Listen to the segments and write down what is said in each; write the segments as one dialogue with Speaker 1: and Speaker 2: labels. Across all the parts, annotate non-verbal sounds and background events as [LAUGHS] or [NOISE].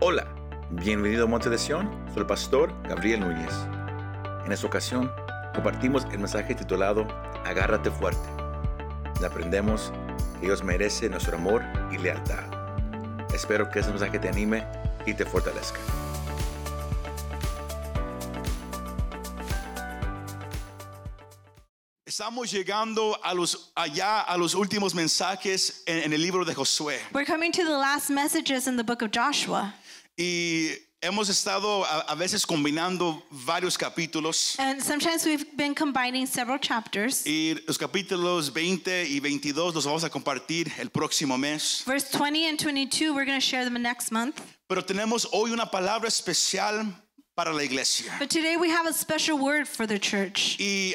Speaker 1: Hola, bienvenido a Monte de Sion, soy el pastor Gabriel Núñez. En esta ocasión compartimos el mensaje titulado Agárrate fuerte, donde aprendemos que Dios merece nuestro amor y lealtad. Espero que este mensaje te anime y te fortalezca.
Speaker 2: Estamos llegando a los, allá a los últimos mensajes en, en el libro de Josué
Speaker 3: We're coming to the last messages in the book of Joshua.
Speaker 2: y hemos estado a, a veces combinando varios capítulos
Speaker 3: And sometimes we've been combining several chapters.
Speaker 2: y los capítulos 20 y 22 los vamos a compartir el próximo mes.
Speaker 3: Verse 20 and 22, we're going to share them next month.
Speaker 2: Pero tenemos hoy una palabra especial para la iglesia
Speaker 3: But today we have a special word for the church.
Speaker 2: y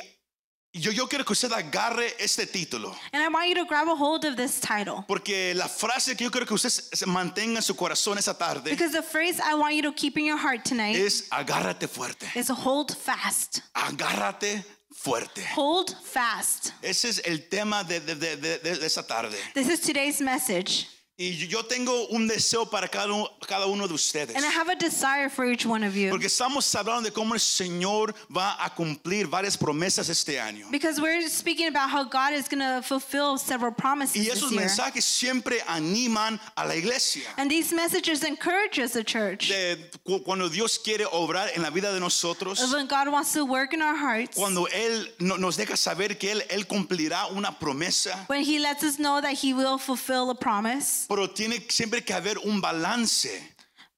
Speaker 2: yo, yo quiero que usted agarre este título
Speaker 3: And I want you to grab a hold of this title
Speaker 2: porque la frase que yo quiero que usted se se mantenga en su corazón esta tarde
Speaker 3: because the phrase I want you to keep in your heart tonight
Speaker 2: es agárrate fuerte,
Speaker 3: is hold fast.
Speaker 2: agárrate fuerte.
Speaker 3: Hold fast.
Speaker 2: Ese es el tema de, de- de- de- de- de esta tarde.
Speaker 3: This is today's message.
Speaker 2: Y yo- yo tengo un deseo para cada uno, cada uno de ustedes.
Speaker 3: And I have a desire for each one of you
Speaker 2: Porque estamos hablando de cómo el Señor va a cumplir varias promesas este año.
Speaker 3: because we're speaking about how God is going to fulfill several promises
Speaker 2: Y esos
Speaker 3: this year.
Speaker 2: mensajes siempre animan a la iglesia.
Speaker 3: And these messages encourage us, the church.
Speaker 2: De cu- cuando Dios quiere obrar en la vida de nosotros,
Speaker 3: of when God wants to work in our hearts,
Speaker 2: cuando Él no- nos deja saber que Él, Él cumplirá una promesa,
Speaker 3: when He lets us know that He will fulfill a promise,
Speaker 2: pero tiene siempre que haber un balance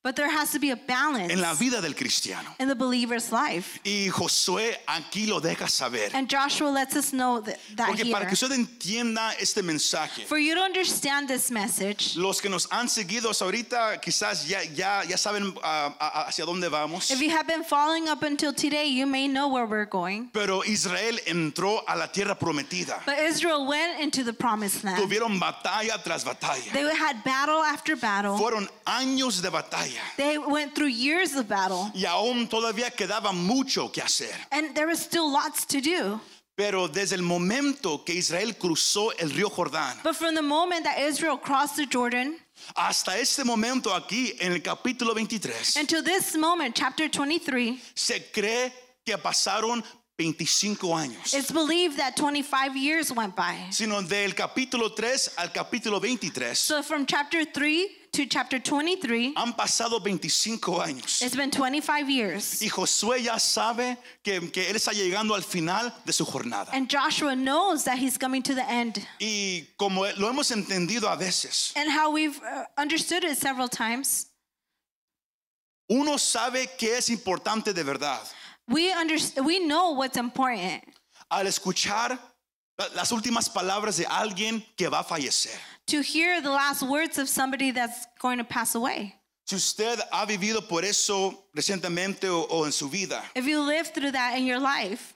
Speaker 3: but there has to be a balance
Speaker 2: en la vida del cristiano.
Speaker 3: in the believer's life.
Speaker 2: Y Josué aquí lo deja saber.
Speaker 3: And Joshua lets us know that, that
Speaker 2: Porque para que
Speaker 3: here.
Speaker 2: usted entienda este mensaje,
Speaker 3: For you to understand this message,
Speaker 2: los que nos han seguido hasta ahorita quizás ya, ya, ya saben ah, ah, hacia dónde vamos.
Speaker 3: if you have been following up until today, you may know where we're going.
Speaker 2: Pero Israel entró a la tierra prometida.
Speaker 3: But Israel went into the promised land.
Speaker 2: Tuvieron batalla tras batalla.
Speaker 3: They had battle after battle.
Speaker 2: Fueron años de batalla.
Speaker 3: They went through years of battle.
Speaker 2: Y aún todavía quedaba mucho que hacer.
Speaker 3: And there was still lots to do.
Speaker 2: Pero desde el momento que Israel cruzó el río Jordán,
Speaker 3: But from the moment that Israel crossed the Jordan,
Speaker 2: hasta este momento aquí en el capítulo 23,
Speaker 3: Until this moment, chapter 23,
Speaker 2: se cree que pasaron 25 años.
Speaker 3: it's believed that 25 years went by.
Speaker 2: sino del capítulo 3 al capítulo 23.
Speaker 3: So from chapter 3 to chapter 23,
Speaker 2: Han pasado 25 años.
Speaker 3: it's been 25 years.
Speaker 2: Y Josué ya sabe que, que él está llegando al final de su jornada.
Speaker 3: And Joshua knows that he's coming to the end.
Speaker 2: Y como lo hemos entendido a veces,
Speaker 3: And how we've uh, understood it several times,
Speaker 2: uno sabe que es importante de verdad
Speaker 3: we, underst- we know what's important.
Speaker 2: al escuchar la- las últimas palabras de alguien que va a fallecer.
Speaker 3: To hear the last words of somebody that's going to pass away.
Speaker 2: Si usted ha vivido por eso recientemente o, o en su vida,
Speaker 3: If you live through that in your life,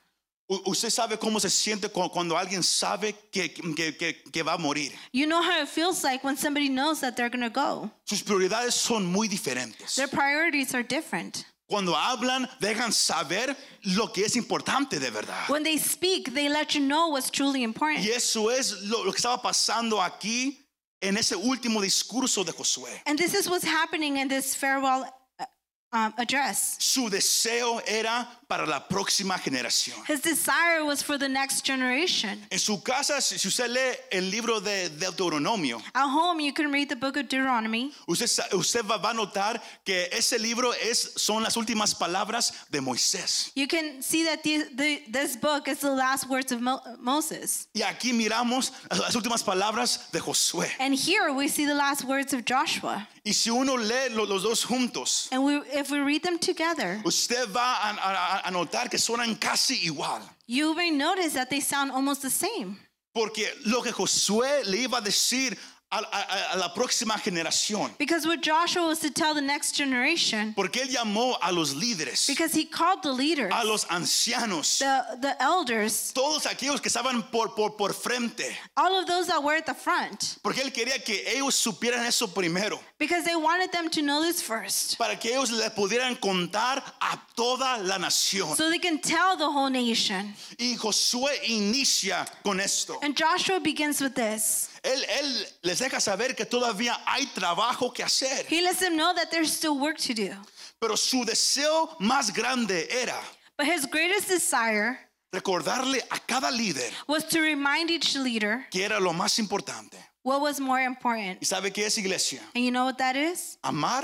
Speaker 2: u- usted sabe cómo se siente cu- cuando alguien sabe que- que- que- que va a morir.
Speaker 3: you know how it feels like when somebody knows that they're going to go.
Speaker 2: Sus prioridades son muy diferentes.
Speaker 3: Their priorities are different.
Speaker 2: Cuando hablan, dejan saber lo que es importante de verdad.
Speaker 3: When they speak, they let you know what's truly important.
Speaker 2: Y eso es lo, lo que estaba pasando aquí en ese último discurso de Josué.
Speaker 3: And this is what's happening in this farewell uh, um, address.
Speaker 2: Su deseo era para la próxima generación.
Speaker 3: His desire was for the next generation.
Speaker 2: En su casa, si si usted lee el libro de Deuteronomio,
Speaker 3: At home, you can read the book of Deuteronomy,
Speaker 2: usted, sa- usted va, va a notar que ese libro es, son las últimas palabras de Moisés.
Speaker 3: you can see that the, the, this book is the last words of Mo- Moses.
Speaker 2: Y aquí miramos las- las últimas palabras de Josué.
Speaker 3: And here we see the last words of Joshua.
Speaker 2: Y si uno lee lo- los dos juntos,
Speaker 3: And we, if we read them together,
Speaker 2: usted va a, a- a notar que suenan casi igual.
Speaker 3: you may notice that they sound almost the same.
Speaker 2: Porque lo que Josué le iba a decir a, a- a la próxima generación,
Speaker 3: Because what Joshua was to tell the next generation,
Speaker 2: porque él llamó a los líderes,
Speaker 3: because he called the leaders,
Speaker 2: a los ancianos,
Speaker 3: the, the elders,
Speaker 2: todos aquellos que estaban por, por, por frente,
Speaker 3: all of those that were at the front
Speaker 2: porque él quería que ellos supieran eso primero,
Speaker 3: because they wanted them to know this first
Speaker 2: para que ellos le pudieran contar a toda la nación.
Speaker 3: so they can tell the whole nation.
Speaker 2: Y Josué inicia con esto.
Speaker 3: And Joshua begins with this
Speaker 2: Él, él les deja saber que todavía hay trabajo que hacer.
Speaker 3: He lets them know that there's still work to do.
Speaker 2: Pero su deseo más grande era
Speaker 3: But his greatest desire
Speaker 2: recordarle a cada líder
Speaker 3: was to remind each leader
Speaker 2: que era lo más importante.
Speaker 3: what was more
Speaker 2: ¿Y
Speaker 3: important.
Speaker 2: sabe qué es iglesia?
Speaker 3: And you know what that is?
Speaker 2: Amar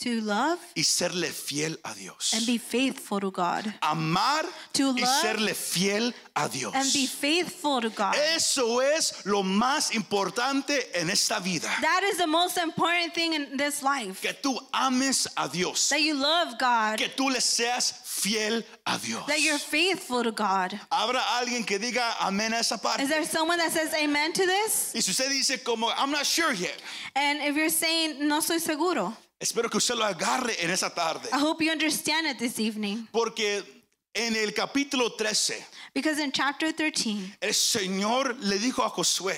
Speaker 3: To love
Speaker 2: y serle fiel a Dios.
Speaker 3: and be faithful to God.
Speaker 2: Amar
Speaker 3: To
Speaker 2: y
Speaker 3: love
Speaker 2: serle fiel a Dios.
Speaker 3: And be faithful to God.
Speaker 2: Eso es lo más importante en esta vida.
Speaker 3: That is the most important thing in this life.
Speaker 2: Que tú ames a Dios.
Speaker 3: That you love God.
Speaker 2: Que tú le seas fiel a Dios.
Speaker 3: That you're faithful to God.
Speaker 2: Habrá alguien que diga amén a esa
Speaker 3: Is
Speaker 2: parte.
Speaker 3: there someone that says amen to this?
Speaker 2: Y si usted dice como I'm not sure yet,
Speaker 3: And if you're saying no soy seguro,
Speaker 2: espero que usted lo agarre en esa tarde.
Speaker 3: I hope you understand it this evening.
Speaker 2: Porque en el capítulo 13,
Speaker 3: Because in chapter 13,
Speaker 2: el Señor le dijo a Josué,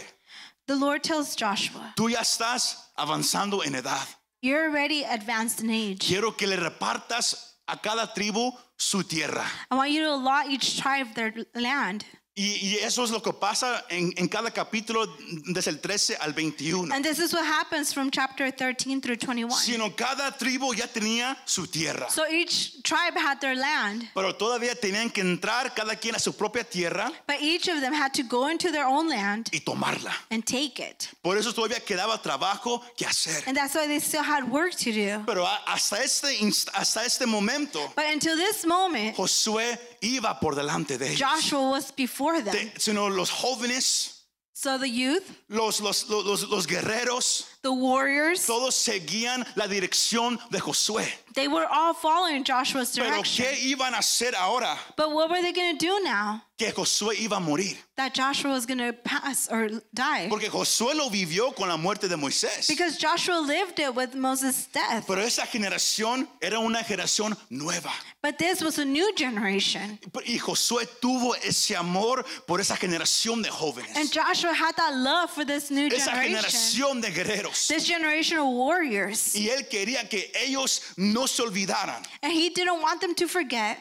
Speaker 3: the Lord tells Joshua,
Speaker 2: tú ya estás avanzando en edad.
Speaker 3: You're already advanced in age.
Speaker 2: Quiero que le repartas a cada tribu su tierra.
Speaker 3: I want you to allot each tribe their land.
Speaker 2: Y, y eso es lo que pasa en, en cada capítulo desde el 13 al 21.
Speaker 3: And this is what happens from chapter 13 through 21.
Speaker 2: Sino cada tribu ya tenía su tierra.
Speaker 3: So each tribe had their land,
Speaker 2: Pero todavía tenían que entrar cada quien a su propia tierra
Speaker 3: but each of them had to go into their own land
Speaker 2: y tomarla.
Speaker 3: and take it.
Speaker 2: Por eso todavía quedaba trabajo que hacer.
Speaker 3: And that's why they still had work to do.
Speaker 2: Pero a- hasta este, inst- hasta este momento,
Speaker 3: But until this moment,
Speaker 2: Josué iba por delante de ellos.
Speaker 3: Joshua was before them.
Speaker 2: De- sino los jóvenes,
Speaker 3: So the youth,
Speaker 2: los, los, los- los- los guerreros,
Speaker 3: the warriors,
Speaker 2: todos seguían la dirección de Josué.
Speaker 3: they were all following Joshua's
Speaker 2: Pero
Speaker 3: direction.
Speaker 2: ¿qué iban a hacer ahora?
Speaker 3: But what were they going to do now
Speaker 2: Que Josué iba a morir.
Speaker 3: that Joshua was going to pass or die?
Speaker 2: Porque Josué lo vivió con la muerte de Moisés.
Speaker 3: Because Joshua lived it with Moses' death.
Speaker 2: Pero esa generación era una generación nueva.
Speaker 3: But this was a new generation.
Speaker 2: Y Josué tuvo ese amor por esa generación de
Speaker 3: And
Speaker 2: jóvenes.
Speaker 3: Joshua had that love for this new
Speaker 2: Esa
Speaker 3: generation,
Speaker 2: generación de guerreros.
Speaker 3: this generation of warriors.
Speaker 2: Y él quería que ellos no se olvidaran.
Speaker 3: And he didn't want them to forget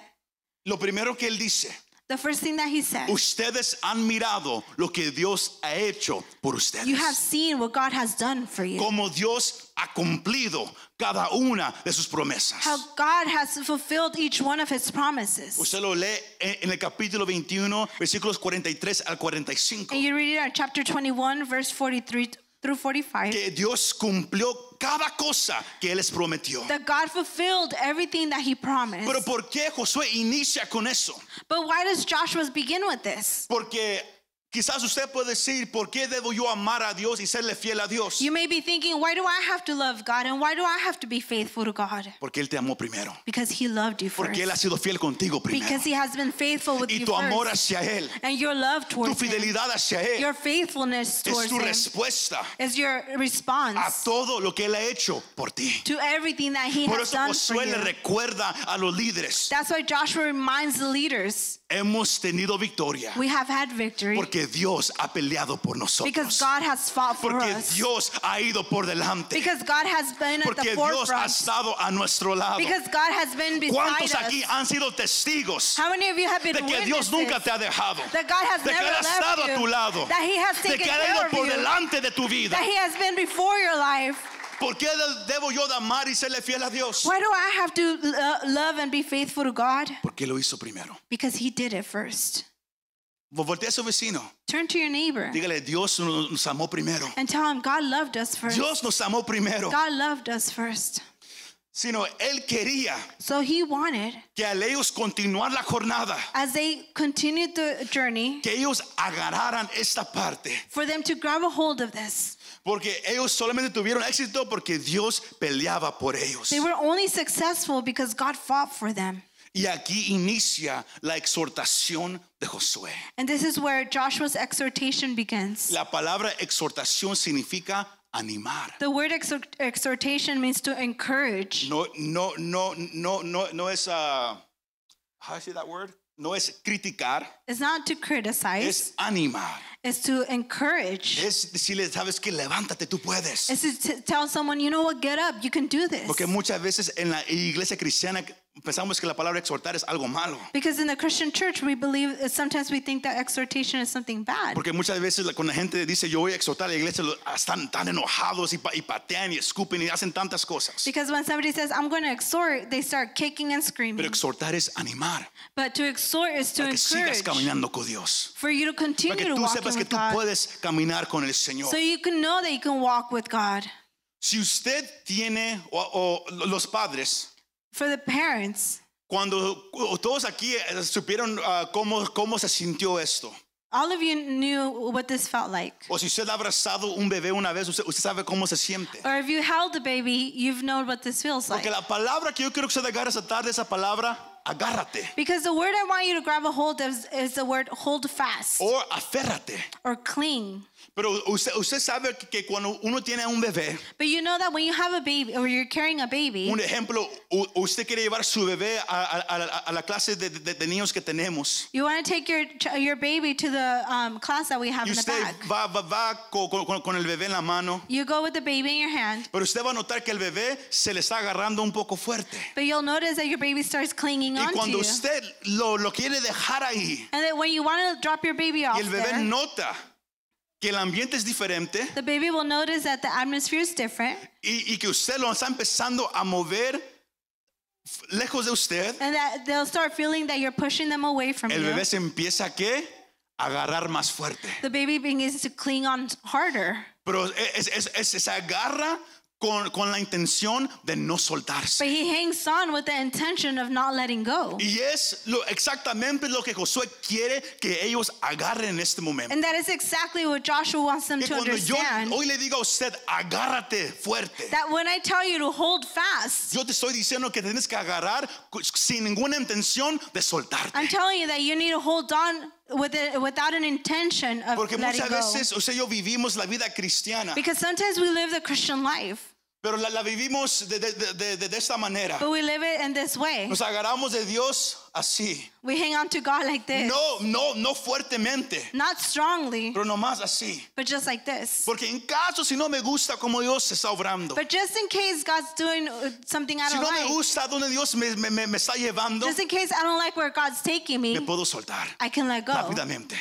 Speaker 2: Lo primero que él dice,
Speaker 3: the first thing that he said
Speaker 2: ustedes han mirado lo que Dios ha hecho por ustedes.
Speaker 3: You have seen what God has done for you,
Speaker 2: Como Dios ha cumplido cada una de sus promesas.
Speaker 3: how God has fulfilled each one of his promises.
Speaker 2: Usted lo lee en en el capítulo 21, versículos 43 al 45.
Speaker 3: And you read it on chapter 21, verse 43 through 45.
Speaker 2: Que Dios cumplió cada cosa que Él les prometió.
Speaker 3: That God fulfilled everything that he promised.
Speaker 2: Pero ¿por qué Josué inicia con eso?
Speaker 3: But why does Joshua begin with this?
Speaker 2: Porque quizás usted puede decir, ¿por qué debo yo amar a Dios y serle fiel a Dios?
Speaker 3: You may be thinking, why do I have to love God and why do I have to be faithful to God?
Speaker 2: Porque Él te amó primero.
Speaker 3: Because he loved you first.
Speaker 2: Porque Él ha sido fiel contigo primero.
Speaker 3: Because he has been faithful with
Speaker 2: Y
Speaker 3: you
Speaker 2: tu amor
Speaker 3: first.
Speaker 2: hacia Él,
Speaker 3: And your love
Speaker 2: tu
Speaker 3: towards him,
Speaker 2: fidelidad hacia Él,
Speaker 3: your faithfulness
Speaker 2: es
Speaker 3: towards
Speaker 2: tu
Speaker 3: him
Speaker 2: respuesta
Speaker 3: is your
Speaker 2: a
Speaker 3: response
Speaker 2: todo lo que Él ha hecho por ti.
Speaker 3: to everything that he
Speaker 2: Por
Speaker 3: has
Speaker 2: eso
Speaker 3: done for
Speaker 2: Josué
Speaker 3: you.
Speaker 2: le recuerda a los líderes,
Speaker 3: That's why Joshua reminds the leaders,
Speaker 2: hemos tenido victoria
Speaker 3: we have had victory
Speaker 2: porque Dios ha peleado por
Speaker 3: because
Speaker 2: nosotros.
Speaker 3: God has fought for
Speaker 2: Porque
Speaker 3: us.
Speaker 2: Dios ha ido por delante.
Speaker 3: Because God has been at the
Speaker 2: Porque Dios ha
Speaker 3: forefront.
Speaker 2: estado a nuestro lado.
Speaker 3: Because God has been beside
Speaker 2: ¿Cuántos aquí
Speaker 3: us.
Speaker 2: han sido testigos
Speaker 3: How many of you have been
Speaker 2: de que Dios
Speaker 3: witnesses
Speaker 2: nunca te ha dejado?
Speaker 3: that God has
Speaker 2: De que
Speaker 3: never
Speaker 2: Él ha estado
Speaker 3: left
Speaker 2: a
Speaker 3: you,
Speaker 2: tu lado.
Speaker 3: that He has
Speaker 2: De
Speaker 3: taken
Speaker 2: que Él
Speaker 3: care
Speaker 2: ha
Speaker 3: of
Speaker 2: ido por
Speaker 3: you,
Speaker 2: delante de tu vida.
Speaker 3: that He has been before your life?
Speaker 2: ¿Por qué debo yo de amar y serle fiel a Dios?
Speaker 3: Why do I have to lo- love and be faithful to God?
Speaker 2: Porque lo hizo primero.
Speaker 3: Because He did it first.
Speaker 2: Voltea a su vecino.
Speaker 3: Turn to your neighbor
Speaker 2: Dígale, Dios nos nos amó primero.
Speaker 3: and tell him God loved us first.
Speaker 2: Dios nos amó primero.
Speaker 3: God loved us first.
Speaker 2: Sino Él quería
Speaker 3: So He wanted,
Speaker 2: que al ellos continuar la jornada,
Speaker 3: as they continued the journey,
Speaker 2: que ellos agarraran esta parte.
Speaker 3: for them to grab a hold of this.
Speaker 2: Porque ellos solamente tuvieron éxito porque Dios peleaba por ellos.
Speaker 3: They were only successful because God fought for them.
Speaker 2: Y aquí inicia la exhortación de Josué.
Speaker 3: And this is where Joshua's exhortation begins.
Speaker 2: La palabra exhortación significa animar.
Speaker 3: The word exhor- exhortation means to encourage.
Speaker 2: No, no, no, no, no, no es, ah, how do I say that word? No es criticar,
Speaker 3: It's not to criticize,
Speaker 2: es animar.
Speaker 3: it's to encourage.
Speaker 2: Es decirle, sabes que levántate, tú puedes.
Speaker 3: It's to t- tell someone, you know what, get up, you can do this.
Speaker 2: Porque muchas veces en la iglesia cristiana pensamos que la palabra exhortar es algo malo.
Speaker 3: Because in the Christian church, we believe uh, sometimes we think that exhortation is something bad.
Speaker 2: Porque muchas veces la- cuando la gente dice yo voy a exhortar a la iglesia, lo- ah, están tan enojados y, pa- y patean y escupen y hacen tantas cosas.
Speaker 3: Because when somebody says, I'm going to exhort, they start kicking and
Speaker 2: Pero
Speaker 3: screaming.
Speaker 2: exhortar es animar,
Speaker 3: But to exhort is to
Speaker 2: para que sigas
Speaker 3: encourage,
Speaker 2: caminando con Dios.
Speaker 3: for you to
Speaker 2: Para que
Speaker 3: continue to
Speaker 2: tú
Speaker 3: walk
Speaker 2: sepas que
Speaker 3: with
Speaker 2: tú
Speaker 3: God.
Speaker 2: puedes caminar con el Señor.
Speaker 3: So you can know that you can walk with God.
Speaker 2: Si usted tiene, o, o los padres,
Speaker 3: For the parents,
Speaker 2: cuando o todos aquí eh, supieron ah, cómo, cómo se sintió esto,
Speaker 3: all of you knew what this felt like.
Speaker 2: o si usted ha abrazado un bebé una vez, usted, usted sabe cómo se siente.
Speaker 3: Or if you held a baby, you've known what this feels like.
Speaker 2: Porque la palabra que yo quiero que usted agarre esta tarde es la palabra agárrate
Speaker 3: Because the word I want you to grab a hold of is, is the word hold fast
Speaker 2: o aférrate.
Speaker 3: or cling.
Speaker 2: Pero usted, usted sabe que- que cuando uno tiene a un bebé,
Speaker 3: But you know that when you have a baby or you're carrying a baby,
Speaker 2: un ejemplo, u- usted quiere llevar su bebé a, a- a- a la clase de, de- de niños que tenemos.
Speaker 3: you want to take your ch- your baby to the um, class that we have
Speaker 2: Y
Speaker 3: in the
Speaker 2: usted
Speaker 3: back.
Speaker 2: va, va, va co- co- con, con el bebé en la mano,
Speaker 3: You go with the baby in your hand,
Speaker 2: pero usted va a notar que el bebé se le está agarrando un poco fuerte.
Speaker 3: but you'll notice that your baby starts clinging
Speaker 2: Y
Speaker 3: on to
Speaker 2: cuando
Speaker 3: you.
Speaker 2: usted lo, lo quiere dejar ahí
Speaker 3: And then when you want to drop your baby
Speaker 2: y
Speaker 3: off
Speaker 2: el
Speaker 3: there,
Speaker 2: bebé nota que el ambiente es diferente
Speaker 3: the baby will notice that the atmosphere is different
Speaker 2: y, y que usted lo está empezando a mover f- lejos de usted,
Speaker 3: and that they'll start feeling that you're pushing them away from
Speaker 2: el
Speaker 3: you.
Speaker 2: bebé se empieza a qué? A agarrar más fuerte.
Speaker 3: The baby begins to cling on harder.
Speaker 2: Pero es- es- es- se agarra con, con la intención de no soltarse.
Speaker 3: But he hangs on with the intention of not letting go.
Speaker 2: Y es lo, exactamente lo que Josué quiere que ellos agarren en este momento.
Speaker 3: And that is exactly what Joshua wants them
Speaker 2: Que
Speaker 3: to
Speaker 2: cuando yo
Speaker 3: understand.
Speaker 2: hoy le digo a usted, agárrate fuerte.
Speaker 3: That when I tell you to hold fast,
Speaker 2: Yo te estoy diciendo que tienes que agarrar cu- sin ninguna intención de soltarte.
Speaker 3: I'm telling you that you need to hold on with it, without an intention of
Speaker 2: Porque
Speaker 3: letting
Speaker 2: muchas
Speaker 3: go.
Speaker 2: veces, o sea, yo vivimos la vida cristiana,
Speaker 3: Because sometimes we live the Christian life,
Speaker 2: pero la, la vivimos de, de- de- de- de- de esta manera.
Speaker 3: but we live it in this way.
Speaker 2: Nos agarramos de Dios así.
Speaker 3: We hang on to God like this,
Speaker 2: No, no, no fuertemente,
Speaker 3: not strongly,
Speaker 2: pero nomás así.
Speaker 3: but just like this.
Speaker 2: Porque en caso si no me gusta como Dios está obrando,
Speaker 3: But just in case God's doing uh, something I
Speaker 2: si
Speaker 3: don't
Speaker 2: no me
Speaker 3: like,
Speaker 2: gusta donde Dios me, me- me- me está llevando,
Speaker 3: just in case I don't like where God's taking
Speaker 2: me
Speaker 3: me,
Speaker 2: puedo soltar
Speaker 3: I can let go.
Speaker 2: rápidamente.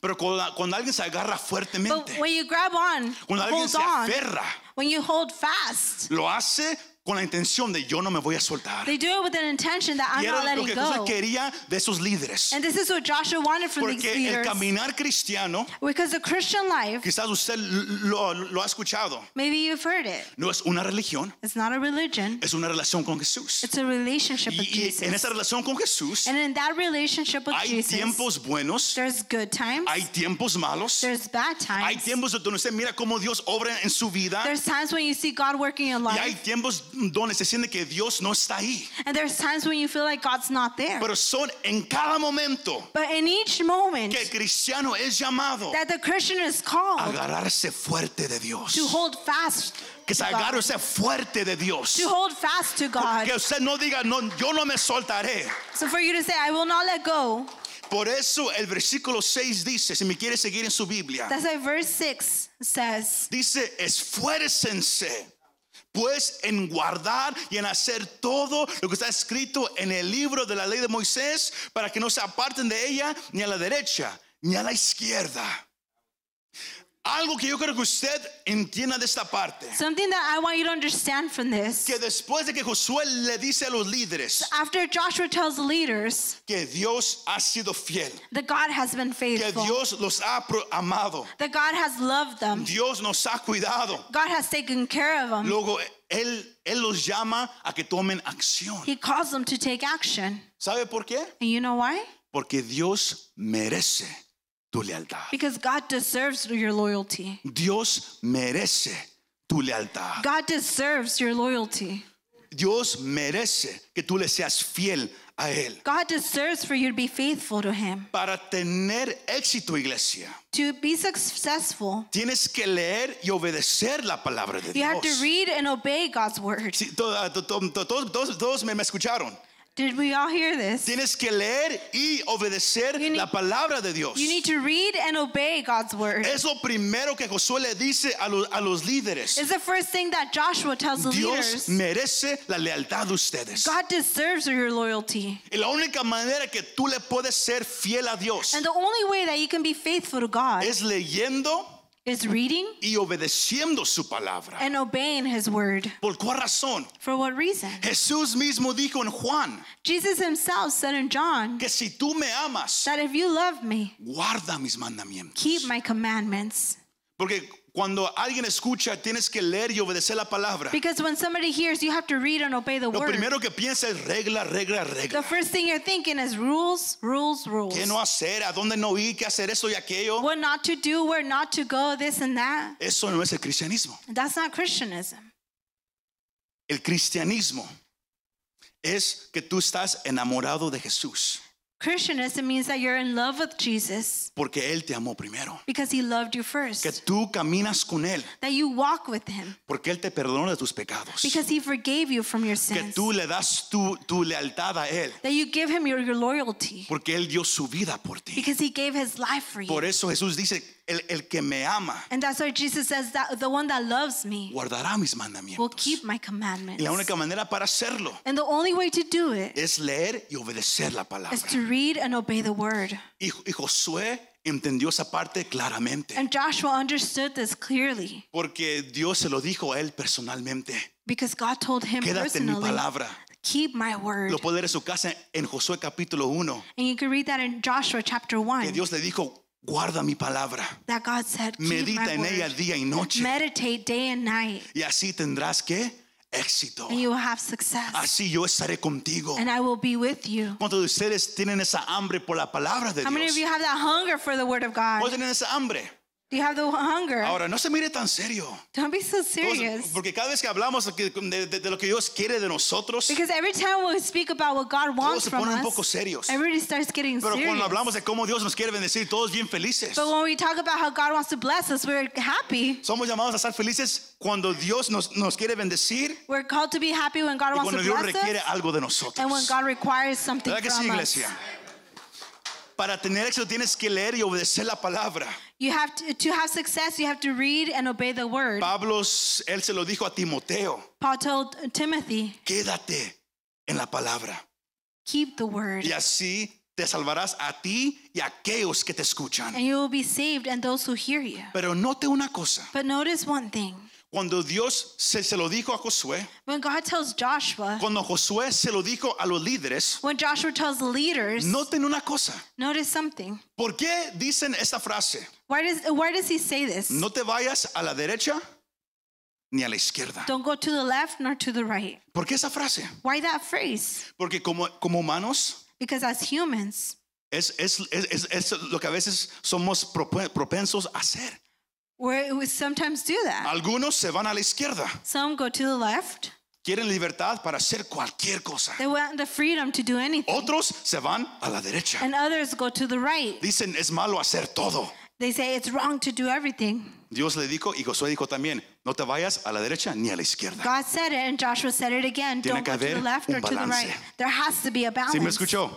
Speaker 2: Pero cuando, cuando alguien se agarra
Speaker 3: But
Speaker 2: fuertemente,
Speaker 3: when you grab on,
Speaker 2: cuando alguien
Speaker 3: hold
Speaker 2: se
Speaker 3: on,
Speaker 2: aferra,
Speaker 3: when you hold fast,
Speaker 2: lo hace con la intención de yo no me voy a soltar.
Speaker 3: they do it with an intention that I'm
Speaker 2: Y
Speaker 3: not
Speaker 2: era lo que
Speaker 3: letting
Speaker 2: Josué
Speaker 3: go.
Speaker 2: quería de esos líderes.
Speaker 3: And this is what Joshua wanted from these
Speaker 2: Porque el
Speaker 3: leaders.
Speaker 2: caminar cristiano,
Speaker 3: Because the Christian life,
Speaker 2: quizás usted lo, lo ha escuchado,
Speaker 3: maybe you've heard it,
Speaker 2: no es una religión,
Speaker 3: it's not a religion,
Speaker 2: es una relación con Jesús.
Speaker 3: it's a relationship with
Speaker 2: Y, y en
Speaker 3: Jesus.
Speaker 2: esa relación con Jesús
Speaker 3: And in that relationship with
Speaker 2: hay
Speaker 3: Jesus,
Speaker 2: tiempos buenos,
Speaker 3: there's good times,
Speaker 2: Hay tiempos malos.
Speaker 3: there's bad
Speaker 2: Hay
Speaker 3: times,
Speaker 2: tiempos donde usted mira cómo Dios obra en su vida.
Speaker 3: there's times when you see God working in your
Speaker 2: Y hay
Speaker 3: life,
Speaker 2: tiempos donde se siente que Dios no está ahí.
Speaker 3: and there's times when you feel like God's not there.
Speaker 2: Pero son en cada momento
Speaker 3: But in each moment
Speaker 2: que el cristiano es llamado
Speaker 3: that the Christian is
Speaker 2: a
Speaker 3: called
Speaker 2: agarrarse fuerte de Dios.
Speaker 3: to hold fast
Speaker 2: Que se
Speaker 3: to God,
Speaker 2: agarre usted fuerte de Dios.
Speaker 3: to hold fast to God.
Speaker 2: Que usted no diga, no, yo no me soltaré.
Speaker 3: So for you to say, I will not let go,
Speaker 2: Por eso el versículo 6 dice, si me quiere seguir en su Biblia,
Speaker 3: that's why verse 6 says,
Speaker 2: Dice, esfuércense pues en guardar y en hacer todo lo que está escrito en el libro de la ley de Moisés para que no se aparten de ella ni a la derecha ni a la izquierda. Algo que yo creo que usted entienda de esta parte,
Speaker 3: Something that I want you to understand from this.
Speaker 2: que después de que Josué le dice a los líderes
Speaker 3: After Joshua tells the leaders
Speaker 2: que Dios ha sido fiel,
Speaker 3: that God has been
Speaker 2: que
Speaker 3: faithful,
Speaker 2: Dios los ha pro- amado,
Speaker 3: that God has loved them,
Speaker 2: Dios nos ha cuidado,
Speaker 3: God has taken care of them,
Speaker 2: luego él, él los llama a que tomen acción.
Speaker 3: He calls them to take action.
Speaker 2: ¿Sabe por qué?
Speaker 3: And you know why?
Speaker 2: Porque Dios merece tu lealtad.
Speaker 3: Because God deserves your loyalty.
Speaker 2: Dios merece tu lealtad.
Speaker 3: God deserves your loyalty.
Speaker 2: Dios merece que tú le seas fiel a Él.
Speaker 3: God deserves for you to be faithful to Him.
Speaker 2: Para tener éxito, iglesia,
Speaker 3: To be successful,
Speaker 2: tienes que leer y obedecer la palabra de
Speaker 3: you have to
Speaker 2: Dios. ah,
Speaker 3: read and obey God's word.
Speaker 2: Sí, to- to- to- to- Todos todos- todos me me escucharon.
Speaker 3: Did we all hear this?
Speaker 2: Tienes que leer y obedecer
Speaker 3: You need-
Speaker 2: la palabra de Dios.
Speaker 3: You need to read and obey God's word.
Speaker 2: Es lo primero que Josué le dice a, lo- a los líderes.
Speaker 3: It's the first thing that Joshua tells the
Speaker 2: Dios
Speaker 3: leaders.
Speaker 2: merece la lealtad de ustedes.
Speaker 3: God deserves your loyalty.
Speaker 2: Y la única manera que tú le puedes ser fiel a Dios
Speaker 3: And the only way that you can be faithful to God
Speaker 2: es leyendo
Speaker 3: is reading
Speaker 2: y obedeciendo su palabra.
Speaker 3: and obeying his word.
Speaker 2: ¿Por cuál razón?
Speaker 3: For what reason?
Speaker 2: Jesús mismo dijo en Juan
Speaker 3: Jesus himself said in John
Speaker 2: que si tú me amas,
Speaker 3: that if you love me,
Speaker 2: guarda mis mandamientos.
Speaker 3: keep my commandments.
Speaker 2: Porque cuando alguien escucha, tienes que leer y obedecer la palabra.
Speaker 3: Because when somebody hears, you have to read and obey the
Speaker 2: Lo
Speaker 3: word.
Speaker 2: primero que piensa es regla, regla,
Speaker 3: The
Speaker 2: regla.
Speaker 3: first thing you're thinking is rules, rules, rules.
Speaker 2: ¿Qué no hacer? ¿A dónde no ir? ¿Qué hacer esto y aquello?
Speaker 3: What not to do, where not to go, this and that.
Speaker 2: Eso no es el cristianismo.
Speaker 3: That's not Christianism.
Speaker 2: El cristianismo es que tú estás enamorado de Jesús
Speaker 3: Christianism means that you're in love with Jesus
Speaker 2: porque Él te amó primero.
Speaker 3: because he loved you
Speaker 2: Que
Speaker 3: first.
Speaker 2: tú caminas con Él
Speaker 3: That you walk with him
Speaker 2: porque Él te perdona de tus pecados.
Speaker 3: because he forgave you from your
Speaker 2: Que
Speaker 3: sins.
Speaker 2: tú le das tu, tu lealtad a Él
Speaker 3: That you give him your, your loyalty
Speaker 2: porque Él dio su vida por ti.
Speaker 3: because he gave his life for you.
Speaker 2: Por eso Jesús dice, el, el que me ama
Speaker 3: And that's why Jesus says that the one that loves me
Speaker 2: guardará mis
Speaker 3: will
Speaker 2: mandamientos.
Speaker 3: keep my
Speaker 2: Y
Speaker 3: commandments.
Speaker 2: la única manera para hacerlo
Speaker 3: And the only way to do it
Speaker 2: es leer y obedecer la palabra.
Speaker 3: is to read and obey the word.
Speaker 2: Y, y Josué entendió esa parte claramente
Speaker 3: And Joshua understood this clearly
Speaker 2: porque Dios se lo dijo a él personalmente.
Speaker 3: because God told him
Speaker 2: Quédate en mi
Speaker 3: personally,
Speaker 2: palabra.
Speaker 3: keep my word.
Speaker 2: Lo puede leer en su casa en Josué capítulo 1.
Speaker 3: And you can read that in Joshua chapter
Speaker 2: Que
Speaker 3: 1
Speaker 2: Dios le dijo, guarda mi palabra,
Speaker 3: that God said, keep
Speaker 2: medita
Speaker 3: my
Speaker 2: en
Speaker 3: word.
Speaker 2: ella día y noche
Speaker 3: Meditate day and night
Speaker 2: y así tendrás que éxito.
Speaker 3: and you will have success.
Speaker 2: Así yo estaré contigo.
Speaker 3: And I will be with you.
Speaker 2: ¿Cuántos de ustedes tienen esa hambre por la palabra de
Speaker 3: How many of you
Speaker 2: Dios?
Speaker 3: have that hunger for the word of
Speaker 2: ¿Cuántos
Speaker 3: God?
Speaker 2: tienen esa hambre?
Speaker 3: Do you have the hunger?
Speaker 2: Ahora, no se mire tan serio.
Speaker 3: Don't be so
Speaker 2: Todos-
Speaker 3: serious.
Speaker 2: Porque cada vez que hablamos de, de- de lo que Dios quiere de nosotros,
Speaker 3: Because every time we speak about what God
Speaker 2: todos
Speaker 3: wants
Speaker 2: se
Speaker 3: from
Speaker 2: ponen un poco
Speaker 3: us,
Speaker 2: serios.
Speaker 3: everybody starts getting
Speaker 2: Pero cuando
Speaker 3: serious.
Speaker 2: hablamos de cómo Dios nos quiere bendecir, todos bien felices.
Speaker 3: But when we talk about how God wants to bless us, we're happy.
Speaker 2: Somos llamados a estar felices cuando Dios nos, nos quiere bendecir
Speaker 3: We're called to be happy when God
Speaker 2: y
Speaker 3: wants to
Speaker 2: cuando Dios
Speaker 3: bless
Speaker 2: requiere
Speaker 3: us
Speaker 2: algo de
Speaker 3: and when
Speaker 2: nosotros.
Speaker 3: God requires something
Speaker 2: ¿Verdad que sí,
Speaker 3: from us.
Speaker 2: iglesia? Para tener éxito tienes que leer y obedecer la palabra.
Speaker 3: You have to, to have success, you have to read and obey the word.
Speaker 2: Pablo, él se lo dijo a Timoteo,
Speaker 3: Paul told Timothy,
Speaker 2: quédate en la palabra
Speaker 3: keep the word,
Speaker 2: y así te salvarás a ti y a aquellos que te escuchan.
Speaker 3: and you will be saved and those who hear you.
Speaker 2: Pero note una cosa,
Speaker 3: But notice one thing.
Speaker 2: cuando Dios se, se lo dijo a Josué,
Speaker 3: When God tells Joshua,
Speaker 2: cuando Josué se lo dijo a los líderes,
Speaker 3: when Joshua tells the leaders,
Speaker 2: noten una cosa.
Speaker 3: notice something.
Speaker 2: ¿Por qué dicen esta frase?
Speaker 3: Why does why does he say this?
Speaker 2: No te vayas a la derecha ni a la izquierda.
Speaker 3: Don't go to the left nor to the right.
Speaker 2: ¿Por qué esa frase?
Speaker 3: Why that phrase?
Speaker 2: Porque como, como humanos
Speaker 3: Because as humans,
Speaker 2: es, es, es- es- es lo que a veces somos prope- propensos a hacer.
Speaker 3: we're, we sometimes do that.
Speaker 2: Algunos se van a la izquierda,
Speaker 3: Some go to the left.
Speaker 2: quieren libertad para hacer cualquier cosa.
Speaker 3: They want the freedom to do anything.
Speaker 2: Otros se van a la derecha.
Speaker 3: And others go to the right.
Speaker 2: Dicen es malo hacer todo.
Speaker 3: They say it's wrong to do everything.
Speaker 2: Dios le dijo y Josué dijo también, no te vayas a la derecha ni a la izquierda.
Speaker 3: God said it and Joshua said it again.
Speaker 2: Tiene
Speaker 3: Don't
Speaker 2: que
Speaker 3: go to the
Speaker 2: haber
Speaker 3: left
Speaker 2: un
Speaker 3: or to the
Speaker 2: balance.
Speaker 3: right. There has to be a balance.
Speaker 2: ¿Sí me escuchó?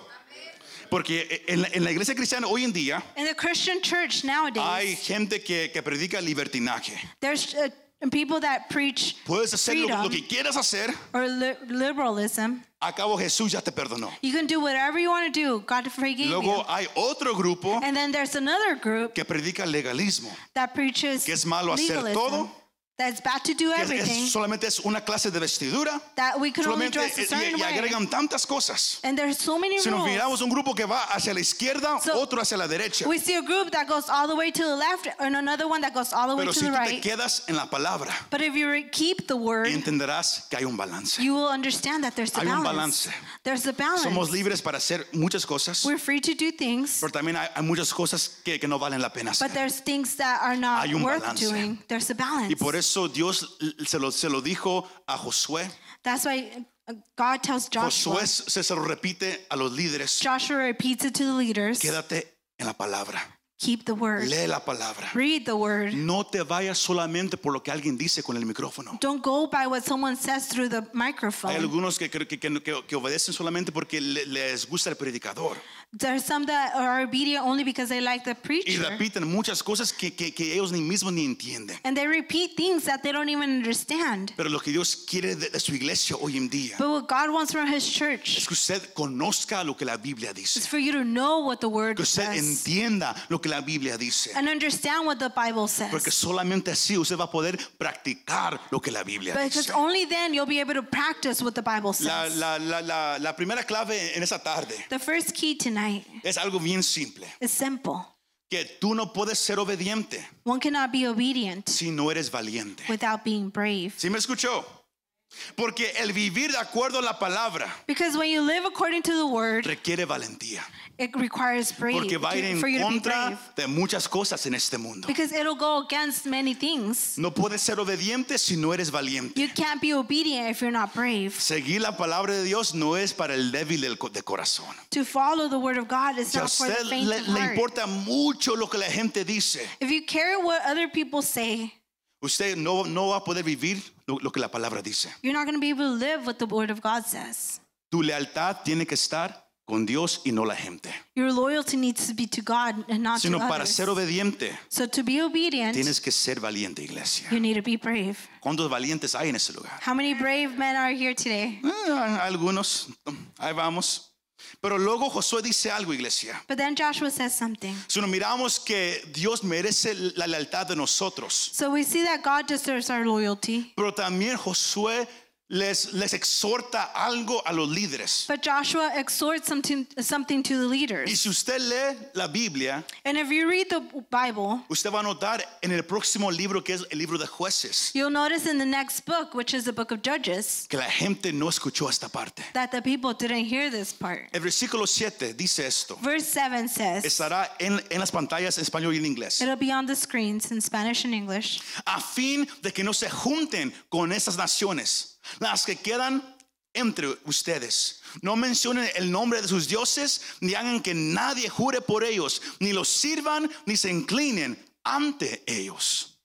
Speaker 2: Porque en la- en la iglesia cristiana hoy en día
Speaker 3: In the Christian church nowadays,
Speaker 2: Hay gente que, que predica libertinaje.
Speaker 3: there's uh, people that preach
Speaker 2: Puedes hacer lo,
Speaker 3: freedom
Speaker 2: lo que quieras hacer.
Speaker 3: or li- liberalism.
Speaker 2: Acabo Jesús ya te perdonó.
Speaker 3: You can do whatever you want to do. God forgave you.
Speaker 2: Luego hay otro grupo
Speaker 3: And then there's another group
Speaker 2: que predica legalismo.
Speaker 3: that preaches
Speaker 2: Que es malo hacer
Speaker 3: legalism.
Speaker 2: todo.
Speaker 3: That it's bad to do
Speaker 2: Que es- es-
Speaker 3: everything.
Speaker 2: solamente es una clase de vestidura.
Speaker 3: that we can only
Speaker 2: Solamente
Speaker 3: dress a
Speaker 2: eh,
Speaker 3: certain
Speaker 2: y, y
Speaker 3: way.
Speaker 2: agregan tantas cosas.
Speaker 3: And there's so many
Speaker 2: Si nos
Speaker 3: rules.
Speaker 2: miramos un grupo que va hacia la izquierda,
Speaker 3: So-
Speaker 2: otro hacia la derecha.
Speaker 3: We see a group that goes all the way to the left and another one that goes all the way
Speaker 2: Pero
Speaker 3: to
Speaker 2: si
Speaker 3: the
Speaker 2: tú te
Speaker 3: right.
Speaker 2: quedas en la palabra,
Speaker 3: But if you re- keep the word,
Speaker 2: entenderás que hay un balance.
Speaker 3: you will understand that there's a
Speaker 2: Hay un
Speaker 3: balance.
Speaker 2: balance.
Speaker 3: There's a balance.
Speaker 2: Somos libres para hacer muchas cosas,
Speaker 3: We're free to do things,
Speaker 2: pero también hay, hay muchas cosas que, que no valen la pena hacer.
Speaker 3: but there's things that are not
Speaker 2: Hay un
Speaker 3: worth
Speaker 2: balance.
Speaker 3: doing. There's a balance.
Speaker 2: Y por eso Dios l- se lo, se lo dijo a Josué.
Speaker 3: That's why uh, God tells Joshua.
Speaker 2: Josué se, se lo repite a los líderes.
Speaker 3: Joshua repeats it to the leaders.
Speaker 2: Quédate en la palabra.
Speaker 3: Keep the word.
Speaker 2: Lee la palabra.
Speaker 3: Read the word.
Speaker 2: No te vayas solamente por lo que alguien dice con el micrófono.
Speaker 3: Don't go by what someone says through the
Speaker 2: Hay
Speaker 3: microphone.
Speaker 2: algunos que, creo que, que- que- que obedecen solamente porque le- les gusta el predicador
Speaker 3: There are some that are obedient only because they like the
Speaker 2: y
Speaker 3: preacher.
Speaker 2: repiten muchas cosas que, que- que ellos ni mismos ni entienden.
Speaker 3: And they repeat things that they don't even understand.
Speaker 2: Pero lo que Dios quiere de, de su iglesia hoy en día
Speaker 3: But what God wants from His
Speaker 2: es
Speaker 3: church
Speaker 2: que usted conozca lo que la Biblia
Speaker 3: is
Speaker 2: dice,
Speaker 3: for you to know what the word
Speaker 2: que usted
Speaker 3: says
Speaker 2: entienda lo que la Biblia dice,
Speaker 3: and understand what the Bible
Speaker 2: porque
Speaker 3: says.
Speaker 2: solamente así usted va a poder practicar lo que la Biblia
Speaker 3: Because
Speaker 2: dice.
Speaker 3: only then you'll be able to practice what the Bible
Speaker 2: La,
Speaker 3: says.
Speaker 2: la- la- la- la primera clave en esta tarde
Speaker 3: The first key tonight
Speaker 2: es algo bien simple,
Speaker 3: is simple.
Speaker 2: que tú no puedes ser obediente
Speaker 3: One cannot be obedient
Speaker 2: si no eres valiente.
Speaker 3: without being brave.
Speaker 2: ¿Sí me escuchó? Porque el vivir de acuerdo a la palabra
Speaker 3: Because when you live according to the word,
Speaker 2: requiere valentía,
Speaker 3: it requires brave
Speaker 2: porque va a ir
Speaker 3: to- for you
Speaker 2: en
Speaker 3: to be brave.
Speaker 2: contra de muchas cosas en este mundo.
Speaker 3: Because it'll go against many things.
Speaker 2: No puedes ser obediente si no eres valiente.
Speaker 3: You can't be obedient if you're not brave.
Speaker 2: Seguir la palabra de Dios no es para el débil del co- de corazón.
Speaker 3: To follow the word of God is
Speaker 2: Si a
Speaker 3: not for the
Speaker 2: usted
Speaker 3: faint
Speaker 2: le,
Speaker 3: of
Speaker 2: le
Speaker 3: heart.
Speaker 2: importa mucho lo que la gente dice,
Speaker 3: If you care what other people say,
Speaker 2: usted no, no va a poder vivir lo, lo que la palabra dice.
Speaker 3: you're not going to be able to live what the word of God says.
Speaker 2: Tu lealtad tiene que estar con Dios y no la gente.
Speaker 3: Your loyalty needs to be to God and not
Speaker 2: Sino
Speaker 3: to
Speaker 2: para
Speaker 3: others.
Speaker 2: ser obediente,
Speaker 3: so to be obedient,
Speaker 2: tienes que ser valiente, iglesia.
Speaker 3: you need to be brave.
Speaker 2: ¿Cuántos valientes hay en ese lugar?
Speaker 3: How many brave men are here today?
Speaker 2: Eh, algunos, ahí vamos. Pero luego Josué dice algo, iglesia.
Speaker 3: But then Joshua says something.
Speaker 2: Si nos miramos que Dios merece la lealtad de nosotros,
Speaker 3: So we see that God deserves our loyalty.
Speaker 2: pero también Josué les, les exhorta algo a los líderes.
Speaker 3: But Joshua exhorts something, something to the
Speaker 2: Y
Speaker 3: leaders.
Speaker 2: si usted lee la Biblia,
Speaker 3: And if you read the Bible,
Speaker 2: usted va a notar en el próximo libro, que es el libro de jueces,
Speaker 3: you'll notice in the next book, which is the book of Judges,
Speaker 2: que la gente no escuchó esta parte.
Speaker 3: that the people didn't hear this part.
Speaker 2: El versículo 7 dice esto.
Speaker 3: Verse 7 says,
Speaker 2: Estará en, en las pantallas en español y en inglés.
Speaker 3: It'll be on the screens in Spanish and English,
Speaker 2: a fin de que no se junten con esas naciones, las que quedan entre ustedes. No mencionen el nombre de sus dioses, ni hagan que nadie jure por ellos, ni los sirvan, ni se inclinen ante ellos.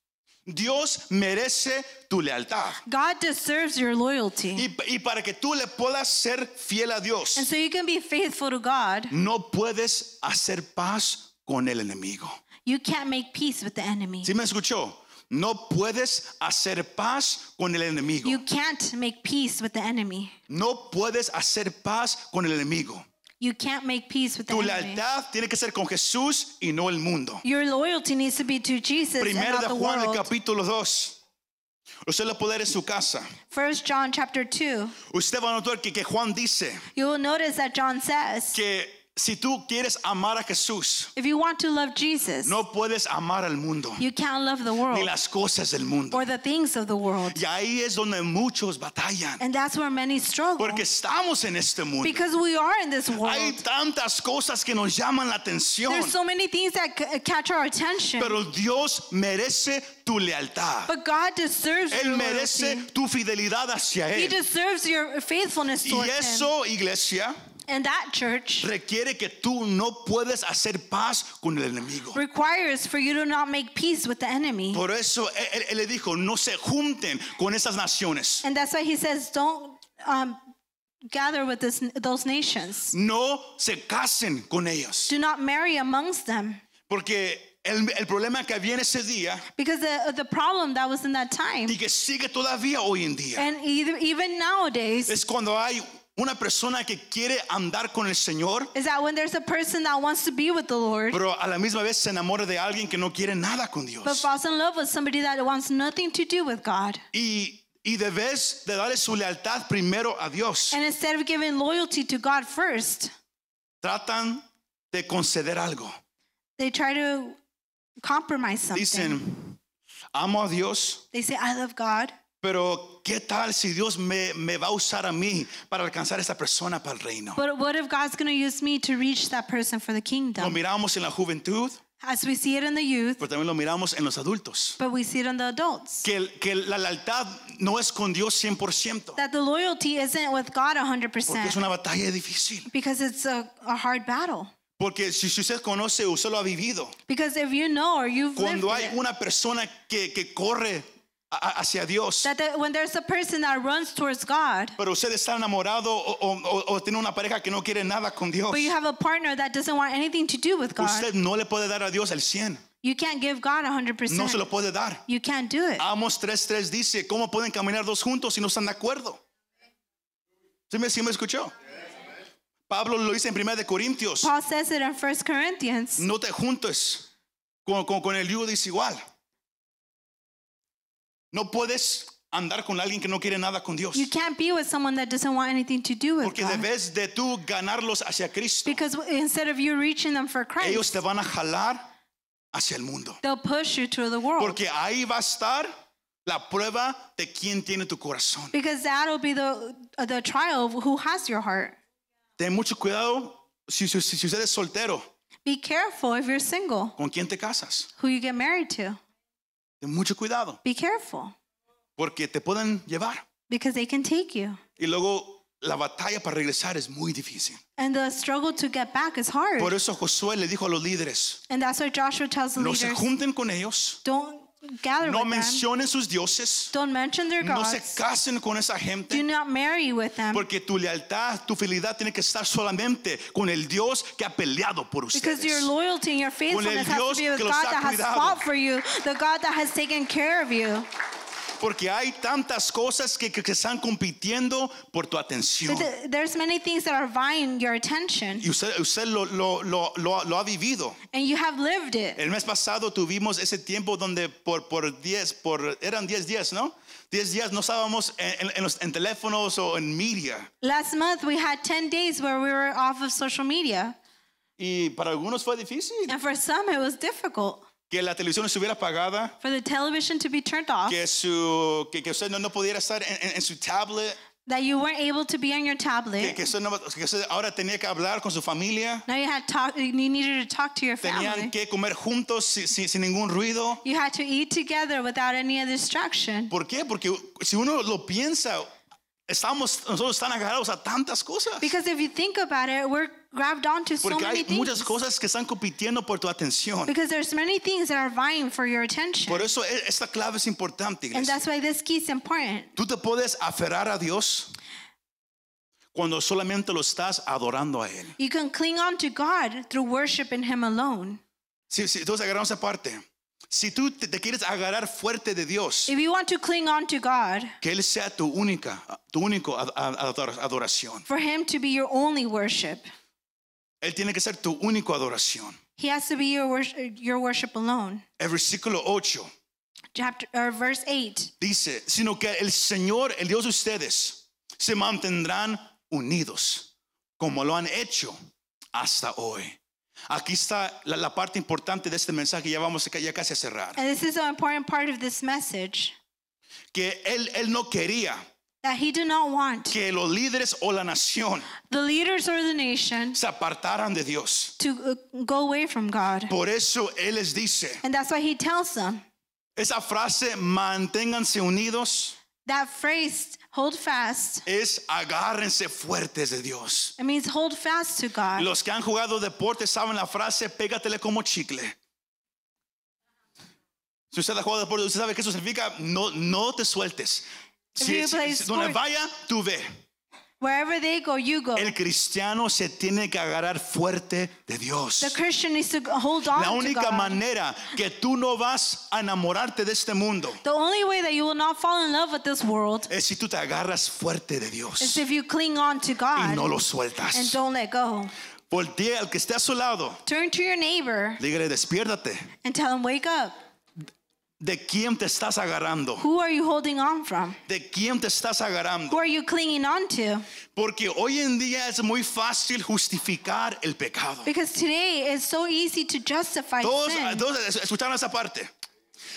Speaker 2: Dios merece tu lealtad.
Speaker 3: God deserves your loyalty.
Speaker 2: Y, pa- y para que tú le puedas ser fiel a Dios,
Speaker 3: And so you can be faithful to God.
Speaker 2: no puedes hacer paz con el enemigo.
Speaker 3: You can't make peace with the enemy.
Speaker 2: ¿Sí me escuchó? No puedes hacer paz con el enemigo.
Speaker 3: You can't make peace with the enemy.
Speaker 2: No puedes hacer paz con el enemigo.
Speaker 3: You can't make peace with the
Speaker 2: Tu
Speaker 3: enemy.
Speaker 2: lealtad tiene que ser con Jesús y no el mundo.
Speaker 3: Your loyalty needs to be to Jesus and
Speaker 2: Primera
Speaker 3: not
Speaker 2: de
Speaker 3: the
Speaker 2: Juan, el
Speaker 3: world.
Speaker 2: capítulo 2. Usted lo puede leer en su casa.
Speaker 3: First John chapter 2.
Speaker 2: Usted va a notar que, que Juan dice
Speaker 3: You will notice that John says,
Speaker 2: que si tú quieres amar a Jesús,
Speaker 3: if you want to love Jesus,
Speaker 2: no puedes amar al mundo
Speaker 3: you can't love the world
Speaker 2: ni las cosas del mundo.
Speaker 3: or the things of the world.
Speaker 2: Y ahí es donde muchos batallan.
Speaker 3: And that's where many struggle.
Speaker 2: Porque estamos en este mundo.
Speaker 3: Because we are in this
Speaker 2: Hay
Speaker 3: world.
Speaker 2: tantas cosas que nos llaman la atención.
Speaker 3: There's so many things that c- catch our attention.
Speaker 2: Pero Dios merece tu lealtad.
Speaker 3: But God deserves your
Speaker 2: Él merece
Speaker 3: loyalty.
Speaker 2: tu fidelidad hacia
Speaker 3: He
Speaker 2: Él.
Speaker 3: deserves your faithfulness
Speaker 2: Y
Speaker 3: towards Him.
Speaker 2: eso, iglesia,
Speaker 3: And that church
Speaker 2: requiere que tú no puedes hacer paz con el enemigo.
Speaker 3: requires for you to not make peace with the enemy.
Speaker 2: Por eso él, él- él le dijo, no se junten con esas naciones.
Speaker 3: And that's why He says, don't um, gather with this, those nations.
Speaker 2: No se casen con ellas.
Speaker 3: Do not marry amongst them.
Speaker 2: Porque el, el problema que había en ese día
Speaker 3: Because the, the problem that was in that time,
Speaker 2: y que sigue todavía hoy en día
Speaker 3: and either, even nowadays,
Speaker 2: es cuando hay una persona que quiere andar con el Señor,
Speaker 3: is that when there's a person that wants to be with the Lord,
Speaker 2: pero a la misma vez se enamora de alguien que no quiere nada con
Speaker 3: but
Speaker 2: Dios.
Speaker 3: falls in love with somebody that wants nothing to do with God.
Speaker 2: Y, y debes de darle su lealtad primero a Dios.
Speaker 3: And instead of giving loyalty to God first,
Speaker 2: Tratan de conceder algo.
Speaker 3: they try to compromise something.
Speaker 2: Dicen, amo a Dios,
Speaker 3: They say, I love God,
Speaker 2: pero ¿qué tal si Dios me, me va a usar a mí para alcanzar a esa persona para el reino?
Speaker 3: but what if God's going to use me to reach that person for the
Speaker 2: Lo
Speaker 3: kingdom?
Speaker 2: miramos en la juventud,
Speaker 3: As we see it in the youth,
Speaker 2: pero también lo miramos en los adultos.
Speaker 3: but we see it in the adults.
Speaker 2: Que, el- que la lealtad no es con Dios 100%,
Speaker 3: That the loyalty isn't with God
Speaker 2: porque es
Speaker 3: 100%,
Speaker 2: una batalla difícil.
Speaker 3: because it's a, a hard battle.
Speaker 2: Porque si si usted conoce, usted lo ha vivido.
Speaker 3: Because if you know or you've lived
Speaker 2: Cuando hay
Speaker 3: it,
Speaker 2: una persona que, que corre a- a- hacia Dios,
Speaker 3: that the- when there's a person that runs towards God,
Speaker 2: pero usted está enamorado o, o- o- o tiene una pareja que no quiere nada con Dios,
Speaker 3: but you have a partner that doesn't want anything to do with God,
Speaker 2: usted no le puede dar a Dios el 100.
Speaker 3: you can't give God 100%.
Speaker 2: No se lo puede Ah. dar.
Speaker 3: you can't do it.
Speaker 2: Amos 3.3 dice, ¿cómo pueden caminar dos juntos si no están de acuerdo? ¿Sí me, sí me escuchó? Pablo lo dice en 1 de Corintios,
Speaker 3: Paul says it in 1 Corinthians.
Speaker 2: no te juntes con, con- con el yugo desigual. No puedes andar con alguien que no quiere nada con Dios.
Speaker 3: You can't be with someone that doesn't want anything to do with
Speaker 2: Porque
Speaker 3: God.
Speaker 2: debes de tú ganarlos hacia Cristo.
Speaker 3: Because instead of you reaching them for
Speaker 2: Ellos
Speaker 3: Christ,
Speaker 2: te van a jalar hacia el mundo.
Speaker 3: they'll push you to the world.
Speaker 2: Porque ahí va a estar la prueba de quién tiene tu corazón.
Speaker 3: Because that'll be the, the trial of who has your heart.
Speaker 2: Ten mucho cuidado si, si, si usted es soltero,
Speaker 3: Be careful if you're single,
Speaker 2: con quién te casas.
Speaker 3: who you get married to.
Speaker 2: Ten mucho cuidado
Speaker 3: Be careful
Speaker 2: porque te pueden llevar.
Speaker 3: because they can take you.
Speaker 2: Y luego la batalla para regresar es muy difícil.
Speaker 3: And the struggle to get back is hard.
Speaker 2: Por eso Josué le dijo a los líderes,
Speaker 3: And that's what Joshua tells the
Speaker 2: no se
Speaker 3: leaders
Speaker 2: junten con ellos,
Speaker 3: don't gather
Speaker 2: no
Speaker 3: with them,
Speaker 2: mencionen sus dioses,
Speaker 3: don't mention their
Speaker 2: no se
Speaker 3: gods,
Speaker 2: casen con esa
Speaker 3: do
Speaker 2: gente.
Speaker 3: not marry with them.
Speaker 2: Porque tu lealtad, tu fidelidad tiene que estar solamente con el Dios que ha peleado por
Speaker 3: Because your
Speaker 2: ustedes.
Speaker 3: loyalty and your faithfulness has
Speaker 2: Dios
Speaker 3: to be with
Speaker 2: que
Speaker 3: God
Speaker 2: los ha
Speaker 3: that has
Speaker 2: cuidado.
Speaker 3: fought for you, the God that has taken care of you.
Speaker 2: Porque hay tantas cosas que, que- que están compitiendo por tu atención.
Speaker 3: Th- There's many things that are vying your attention,
Speaker 2: Y usted, usted lo- lo- lo- lo- lo ha vivido.
Speaker 3: and you have lived it.
Speaker 2: El mes pasado tuvimos ese tiempo donde por por 10 por eran 10 días, ¿no? 10 días no estábamos en, en- en los, en teléfonos o en media.
Speaker 3: Last month we had 10 days where we were off of social media,
Speaker 2: Y para algunos fue difícil
Speaker 3: and for some it was difficult
Speaker 2: que la televisión estuviera apagada,
Speaker 3: for the television to be turned off,
Speaker 2: que su que, que usted no, no pudiera estar en, en- en su tablet,
Speaker 3: that you weren't able to be on your
Speaker 2: que,
Speaker 3: tablet.
Speaker 2: que usted no- que usted ahora tenía que hablar con su familia,
Speaker 3: Now you had talk, you needed to talk to your
Speaker 2: tenían
Speaker 3: family.
Speaker 2: que comer juntos sin, sin- sin ningún ruido.
Speaker 3: You had to eat together without any distraction.
Speaker 2: ¿Por qué? Porque si uno lo piensa, estamos nosotros tan agarrados a tantas cosas.
Speaker 3: Because if you think about it, we're grabbed onto so
Speaker 2: Porque
Speaker 3: many
Speaker 2: hay muchas
Speaker 3: things.
Speaker 2: cosas que están compitiendo por tu atención.
Speaker 3: Because there's many things that are vying for your attention.
Speaker 2: Por eso e- esta clave es importante,
Speaker 3: And
Speaker 2: iglesia.
Speaker 3: that's why this key is important.
Speaker 2: Tú te puedes aferrar a Dios cuando solamente lo estás adorando a Él.
Speaker 3: You can cling on to God through worship in Him alone.
Speaker 2: Si, si todos agarramos esa parte. Si tú te, te quieres agarrar fuerte de Dios,
Speaker 3: If you want to cling on to God,
Speaker 2: que Él sea tu única, tu único ad- ad- ador- adoración.
Speaker 3: for Him to be your only worship,
Speaker 2: Él tiene que ser tu único adoración.
Speaker 3: He has to be your worship, your worship alone.
Speaker 2: El versículo 8
Speaker 3: Chapter or verse eight.
Speaker 2: dice, sino que el Señor, el Dios de ustedes, se mantendrán unidos, como lo han hecho hasta hoy. Aquí está la, la parte importante de este mensaje, ya vamos a- ya casi a cerrar.
Speaker 3: And this is an important part of this message
Speaker 2: Que él, él no quería
Speaker 3: that He did not want
Speaker 2: que los líderes o la nación
Speaker 3: the leaders or the nation
Speaker 2: se apartaran de Dios.
Speaker 3: to uh, go away from God.
Speaker 2: Por eso Él les dice,
Speaker 3: And that's why He tells them
Speaker 2: esa frase, manténganse unidos,
Speaker 3: that phrase, hold fast.
Speaker 2: es agárrense fuertes de Dios.
Speaker 3: It means hold fast to God.
Speaker 2: Los que han jugado deporte saben la frase pégatele como chicle. Si usted ha jugado deporte, usted sabe que eso significa no, no te sueltes.
Speaker 3: If
Speaker 2: Si-
Speaker 3: you
Speaker 2: si-
Speaker 3: play
Speaker 2: si- donde
Speaker 3: sport- Oh.
Speaker 2: vaya, tú ve.
Speaker 3: Wherever they go, you go.
Speaker 2: El cristiano se tiene que agarrar fuerte de Dios.
Speaker 3: The Christian needs to hold on
Speaker 2: La
Speaker 3: to
Speaker 2: única
Speaker 3: God.
Speaker 2: manera que tú no vas a enamorarte de este mundo
Speaker 3: the only way that you will not fall in love with this world
Speaker 2: es si tú te agarras fuerte de
Speaker 3: is
Speaker 2: Dios
Speaker 3: if you cling on to God
Speaker 2: y no lo
Speaker 3: and
Speaker 2: sueltas.
Speaker 3: don't let go.
Speaker 2: Voltea al que esté a su lado.
Speaker 3: Turn to your neighbor
Speaker 2: Dígale, despiértate.
Speaker 3: and tell him, Wake up.
Speaker 2: ¿De quién te estás agarrando?
Speaker 3: Who are you holding on from?
Speaker 2: ¿De quién te estás agarrando?
Speaker 3: Who are you clinging on to?
Speaker 2: Porque hoy en día es muy fácil justificar el pecado.
Speaker 3: Because today it's so easy to justify
Speaker 2: Todos,
Speaker 3: sin.
Speaker 2: todos escucharon esa parte.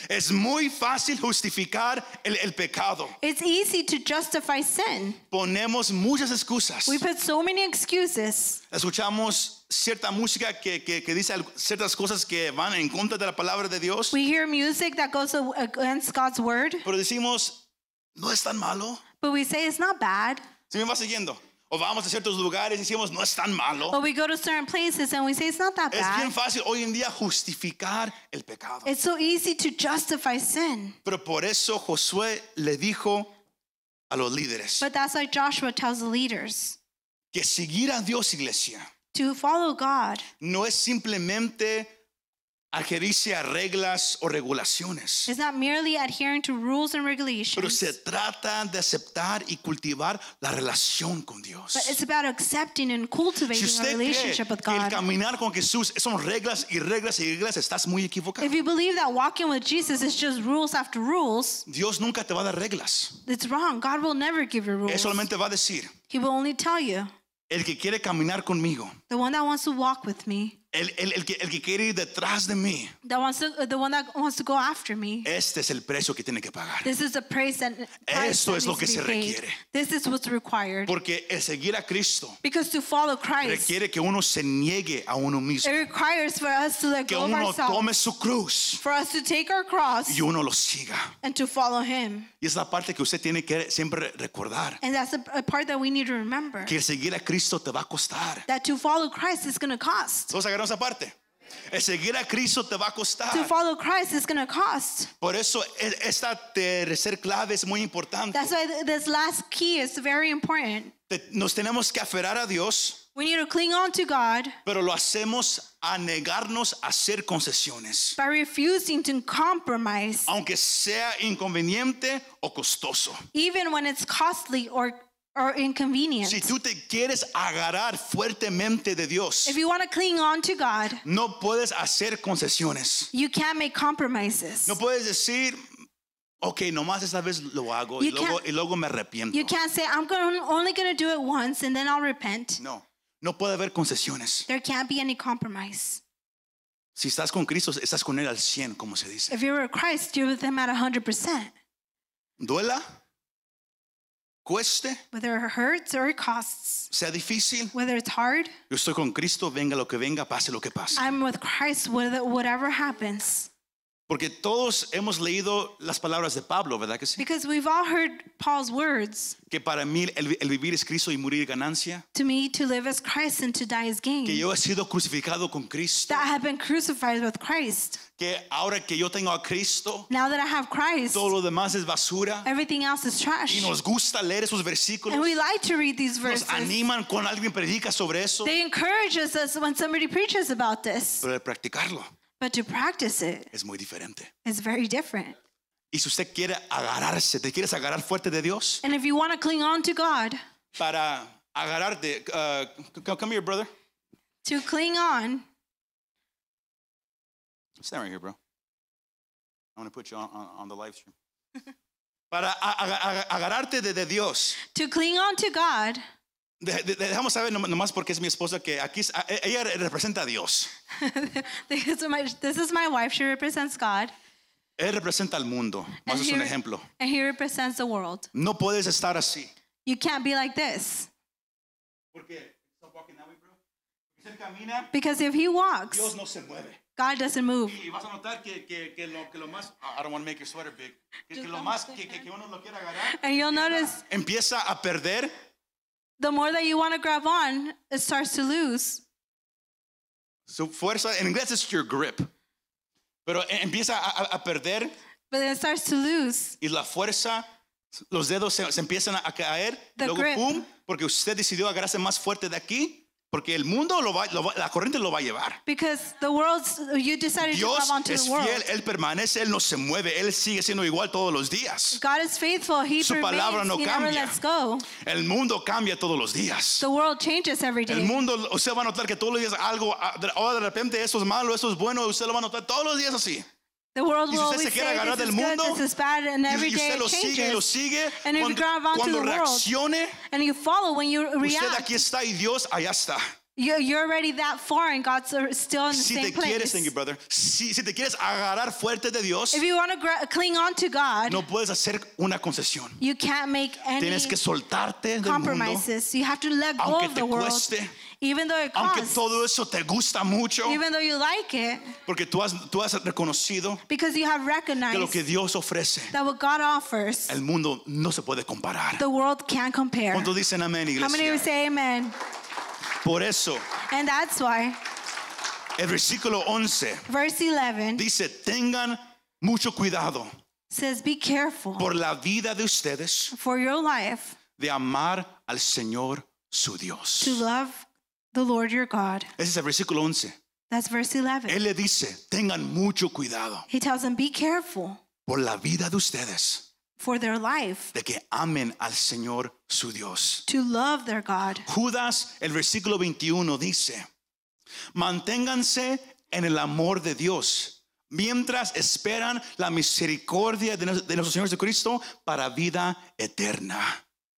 Speaker 2: Es muy fácil justificar el, el pecado.
Speaker 3: it's easy to justify sin.
Speaker 2: Ponemos muchas excusas.
Speaker 3: We put so many excuses.
Speaker 2: Escuchamos cierta música que, que- que dice al- ciertas cosas que van en contra de la palabra de Dios.
Speaker 3: We hear music that goes a- against God's word,
Speaker 2: Pero decimos, no es tan malo.
Speaker 3: but we say it's not bad.
Speaker 2: Si me va siguiendo. O vamos a ciertos lugares y decimos, no es tan malo.
Speaker 3: But we go to certain places and we say it's not that
Speaker 2: Es bien
Speaker 3: bad.
Speaker 2: fácil hoy en día justificar el pecado.
Speaker 3: It's so easy to justify sin.
Speaker 2: Pero por eso Josué le dijo a los líderes
Speaker 3: But that's why Joshua tells the leaders
Speaker 2: que seguir a Dios, iglesia,
Speaker 3: to follow God
Speaker 2: no es simplemente adherirse a reglas o regulaciones,
Speaker 3: is not merely adhering to rules and
Speaker 2: pero
Speaker 3: regulations,
Speaker 2: se trata de aceptar y cultivar la relación con Dios.
Speaker 3: but it's about accepting and
Speaker 2: Si
Speaker 3: cultivating a
Speaker 2: usted cree
Speaker 3: relationship with
Speaker 2: que el
Speaker 3: God.
Speaker 2: caminar con Jesús son reglas y reglas y reglas, estás muy equivocado.
Speaker 3: If you believe that walking with Jesus is just rules after rules,
Speaker 2: Dios nunca te va a dar reglas.
Speaker 3: it's wrong. God will never give you
Speaker 2: Él
Speaker 3: rules.
Speaker 2: solamente va a decir,
Speaker 3: He will only tell you.
Speaker 2: el que quiere caminar conmigo,
Speaker 3: The one that wants to walk with me,
Speaker 2: el, el- el que, el que quiere ir detrás de mí,
Speaker 3: that wants to, the one that wants to go after me.
Speaker 2: este es el precio que tiene que pagar.
Speaker 3: This is the praise that price
Speaker 2: Eso
Speaker 3: that
Speaker 2: es lo
Speaker 3: needs to
Speaker 2: que
Speaker 3: be
Speaker 2: se
Speaker 3: paid.
Speaker 2: requiere.
Speaker 3: This is what's required.
Speaker 2: Porque el seguir a Cristo
Speaker 3: Because to follow Christ,
Speaker 2: requiere que uno se niegue a uno
Speaker 3: it
Speaker 2: mismo,
Speaker 3: requires for us to let
Speaker 2: que
Speaker 3: go of
Speaker 2: uno
Speaker 3: ourselves,
Speaker 2: tome su cruz
Speaker 3: for us to take our cross
Speaker 2: y uno lo siga.
Speaker 3: and to follow Him.
Speaker 2: Y es la parte que usted tiene que siempre recordar,
Speaker 3: And that's a, a part that we need to remember.
Speaker 2: que el seguir a Cristo te va a costar.
Speaker 3: That to follow Christ is going to cost.
Speaker 2: Todos agarramos esa parte. El seguir a Cristo te va a
Speaker 3: To
Speaker 2: costar.
Speaker 3: follow Christ is going to cost.
Speaker 2: Por eso e- esta tercer clave es muy importante.
Speaker 3: That's why th- this last key is very important.
Speaker 2: Te- Nos tenemos que aferrar a Dios,
Speaker 3: We need to cling on to God
Speaker 2: pero lo hacemos a negarnos a hacer concesiones,
Speaker 3: by refusing to compromise,
Speaker 2: aunque sea inconveniente o costoso.
Speaker 3: even when it's costly or, or inconvenient.
Speaker 2: Si tú te quieres agarrar fuertemente de Dios,
Speaker 3: If you want to cling on to God,
Speaker 2: no puedes hacer concesiones.
Speaker 3: you can't make compromises.
Speaker 2: No puedes decir, ok, nomás esta vez lo hago y
Speaker 3: You
Speaker 2: luego,
Speaker 3: can't-
Speaker 2: y luego me arrepiento.
Speaker 3: You can't say, I'm going, only going to do it once and then I'll repent.
Speaker 2: No, no puede haber concesiones.
Speaker 3: There can't be any compromise.
Speaker 2: Si estás con Cristo, estás con Él al 100, como se dice.
Speaker 3: If you're with Christ, you're with Him at 100%.
Speaker 2: Duela, cueste,
Speaker 3: Whether it hurts or it costs,
Speaker 2: sea difícil,
Speaker 3: whether it's hard,
Speaker 2: yo estoy con Cristo, venga lo que venga, pase lo que pase.
Speaker 3: I'm with Christ with whatever happens.
Speaker 2: Porque todos hemos leído las palabras de Pablo, ¿verdad que sí?
Speaker 3: Because we've all heard Paul's words
Speaker 2: Que para mí el, el vivir es Cristo y morir ganancia.
Speaker 3: to me to live as Christ and to die as gain.
Speaker 2: Que yo he sido crucificado con Cristo.
Speaker 3: that I have been crucified with Christ.
Speaker 2: Que ahora que yo tengo a Cristo,
Speaker 3: Now that I have Christ,
Speaker 2: todo lo demás es basura.
Speaker 3: everything else is trash.
Speaker 2: Y nos gusta leer esos versículos.
Speaker 3: and we like to read these verses.
Speaker 2: Nos animan cuando alguien predica sobre eso.
Speaker 3: They encourage us as when somebody preaches about this,
Speaker 2: Pero el practicarlo
Speaker 3: but to practice it
Speaker 2: es muy diferente.
Speaker 3: is very different.
Speaker 2: Y si usted quiere agarrarse, te quieres agarrar fuerte de Dios,
Speaker 3: And if you want to cling on to God,
Speaker 2: para agarrarte. uh, c- come here, brother.
Speaker 3: to cling on,
Speaker 2: Stand right here, bro. I'm going to put you on, on, on the live stream. [LAUGHS] Para a- a- a- agarrarte de, de Dios.
Speaker 3: to cling on to God,
Speaker 2: De- de- dejamos saber nom- nomás porque es mi esposa que aquí es- a- e, ella representa a Dios.
Speaker 3: because of my, [LAUGHS] this is my wife, she represents God,
Speaker 2: Él representa al mundo. Más es un
Speaker 3: here-
Speaker 2: ejemplo.
Speaker 3: and he represents the world.
Speaker 2: No puedes estar así.
Speaker 3: You can't be like this.
Speaker 2: Porque stop walking that way, bro. Porque si él camina,
Speaker 3: Because if he
Speaker 2: Dios
Speaker 3: walks,
Speaker 2: no se mueve.
Speaker 3: God doesn't move.
Speaker 2: Y vas a notar que, que, que, lo, que lo más. ah, I don't want to make your sweater big. Que, que lo más que, que, que uno lo quiera agarrar.
Speaker 3: And you'll notice
Speaker 2: Empieza a perder
Speaker 3: the more that you want to grab on, it starts to lose.
Speaker 2: su fuerza. En inglés es your grip. Pero e- empieza a, a- a perder
Speaker 3: But then it starts to lose.
Speaker 2: y la fuerza, los dedos se, se empiezan a, a caer.
Speaker 3: The
Speaker 2: luego,
Speaker 3: grip.
Speaker 2: pum, porque usted decidió agarrarse más fuerte de aquí. Porque el mundo, lo va, lo va- la corriente lo va a llevar.
Speaker 3: Because the world's, you decided to
Speaker 2: Dios
Speaker 3: grab onto
Speaker 2: es
Speaker 3: the world.
Speaker 2: fiel, Él permanece, Él no se mueve, Él sigue siendo igual todos los días.
Speaker 3: God is faithful. He
Speaker 2: Su palabra
Speaker 3: remains.
Speaker 2: no
Speaker 3: he never
Speaker 2: cambia.
Speaker 3: lets go.
Speaker 2: El mundo cambia todos los días.
Speaker 3: The world changes every
Speaker 2: El
Speaker 3: day.
Speaker 2: mundo, usted va a notar que todos los días algo, ah, de- oh, de repente eso es malo, eso es bueno, usted lo va a notar todos los días así.
Speaker 3: The world
Speaker 2: Y si
Speaker 3: will
Speaker 2: usted se
Speaker 3: always
Speaker 2: quiere
Speaker 3: say
Speaker 2: agarrar
Speaker 3: this
Speaker 2: del
Speaker 3: is good,
Speaker 2: mundo,
Speaker 3: this is bad, and
Speaker 2: Y
Speaker 3: every
Speaker 2: y
Speaker 3: day
Speaker 2: usted
Speaker 3: it
Speaker 2: lo sigue y lo
Speaker 3: changes.
Speaker 2: sigue.
Speaker 3: And if you
Speaker 2: Cuando,
Speaker 3: grab onto
Speaker 2: cuando
Speaker 3: the world,
Speaker 2: reaccione,
Speaker 3: And you follow when you
Speaker 2: usted
Speaker 3: react.
Speaker 2: aquí está y Dios allá está.
Speaker 3: You're, you're already that far, and God's ar- still in the
Speaker 2: Si
Speaker 3: same
Speaker 2: te quieres,
Speaker 3: place.
Speaker 2: thank you, brother. Si, si te quieres agarrar fuerte de Dios,
Speaker 3: if you want to gra- cling on to God,
Speaker 2: no puedes hacer una concesión.
Speaker 3: you can't make any
Speaker 2: Tienes que soltarte del mundo,
Speaker 3: compromises. You have to let go
Speaker 2: Aunque
Speaker 3: of
Speaker 2: te
Speaker 3: the world,
Speaker 2: cueste,
Speaker 3: even though it
Speaker 2: aunque
Speaker 3: costs,
Speaker 2: todo eso te gusta mucho,
Speaker 3: even though you like it,
Speaker 2: porque tú has, tú has reconocido
Speaker 3: because you have
Speaker 2: que lo
Speaker 3: recognized
Speaker 2: que Dios ofrece,
Speaker 3: that what God offers,
Speaker 2: el mundo no se puede comparar.
Speaker 3: the world can't compare.
Speaker 2: ¿Cuántos dicen amén,
Speaker 3: How many of you
Speaker 2: iglesia?
Speaker 3: say amen?
Speaker 2: Por eso,
Speaker 3: And that's why
Speaker 2: el versículo 11
Speaker 3: verse 11
Speaker 2: dice, tengan mucho cuidado
Speaker 3: says, Be careful
Speaker 2: por la vida de ustedes
Speaker 3: for your life
Speaker 2: de amar al Señor su Dios.
Speaker 3: to love the Lord your God.
Speaker 2: Ese es el versículo 11.
Speaker 3: That's verse 11.
Speaker 2: Él le dice, tengan mucho cuidado
Speaker 3: He tells them, Be careful
Speaker 2: por la vida de ustedes,
Speaker 3: for their life
Speaker 2: de que amen al Señor su Dios.
Speaker 3: to love their God.
Speaker 2: Judas, el versículo 21 dice, manténganse en el amor de Dios mientras esperan la misericordia de, nos- de nuestro Señor Jesucristo para vida eterna.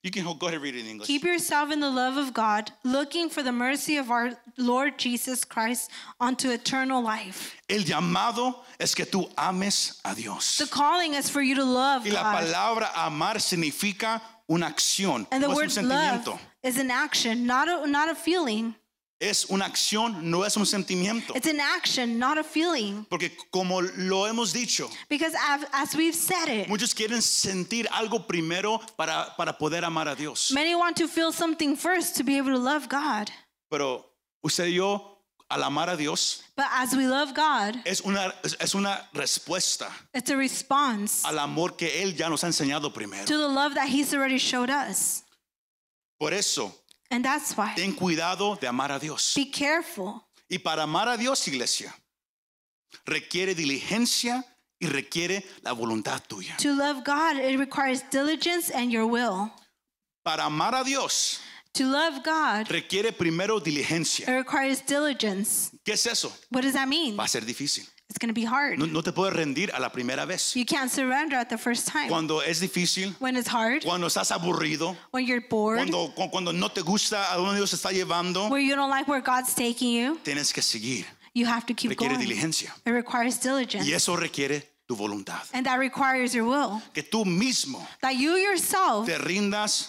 Speaker 2: You can go ahead and read it in English.
Speaker 3: Keep yourself in the love of God, looking for the mercy of our Lord Jesus Christ unto eternal life.
Speaker 2: El llamado es que tú ames a Dios.
Speaker 3: The calling is for you to love
Speaker 2: Y la
Speaker 3: God.
Speaker 2: palabra amar significa una acción,
Speaker 3: And the
Speaker 2: no es un
Speaker 3: word love
Speaker 2: sentimiento.
Speaker 3: is an action, not a, not a feeling.
Speaker 2: Es una acción, no es un sentimiento.
Speaker 3: It's an action, not a feeling.
Speaker 2: Porque como lo hemos dicho,
Speaker 3: Because av- as we've said it,
Speaker 2: muchos quieren sentir algo primero para, para poder amar a Dios.
Speaker 3: many want to feel something first to be able to love God.
Speaker 2: Pero usted y yo, al amar a Dios,
Speaker 3: But as we love God,
Speaker 2: es una, es- es una respuesta
Speaker 3: it's a response
Speaker 2: al amor que Él ya nos ha enseñado primero.
Speaker 3: to the love that He's already showed us.
Speaker 2: Por eso,
Speaker 3: And that's why
Speaker 2: ten cuidado de amar a Dios.
Speaker 3: be careful.
Speaker 2: Y para amar a Dios, iglesia, requiere diligencia y requiere la voluntad tuya.
Speaker 3: To love God, it requires diligence and your will.
Speaker 2: Para amar a Dios
Speaker 3: To love God,
Speaker 2: requiere primero
Speaker 3: it
Speaker 2: diligencia.
Speaker 3: requires diligence.
Speaker 2: ¿Qué es eso?
Speaker 3: What does that mean?
Speaker 2: Va a ser difícil.
Speaker 3: It's going to be hard.
Speaker 2: No, no te puedes rendir a la primera vez.
Speaker 3: You can't surrender at the first time.
Speaker 2: Cuando es difícil,
Speaker 3: When it's hard,
Speaker 2: cuando estás aburrido,
Speaker 3: when you're bored,
Speaker 2: cuando, cu- cuando no te gusta a dónde Dios te está llevando,
Speaker 3: where you don't like where God's taking you,
Speaker 2: tienes que seguir.
Speaker 3: you have to keep
Speaker 2: Requiere
Speaker 3: going.
Speaker 2: diligencia.
Speaker 3: It requires
Speaker 2: Y
Speaker 3: diligence.
Speaker 2: eso requiere tu voluntad.
Speaker 3: And that requires your will.
Speaker 2: Que tú mismo
Speaker 3: That you yourself
Speaker 2: te rindas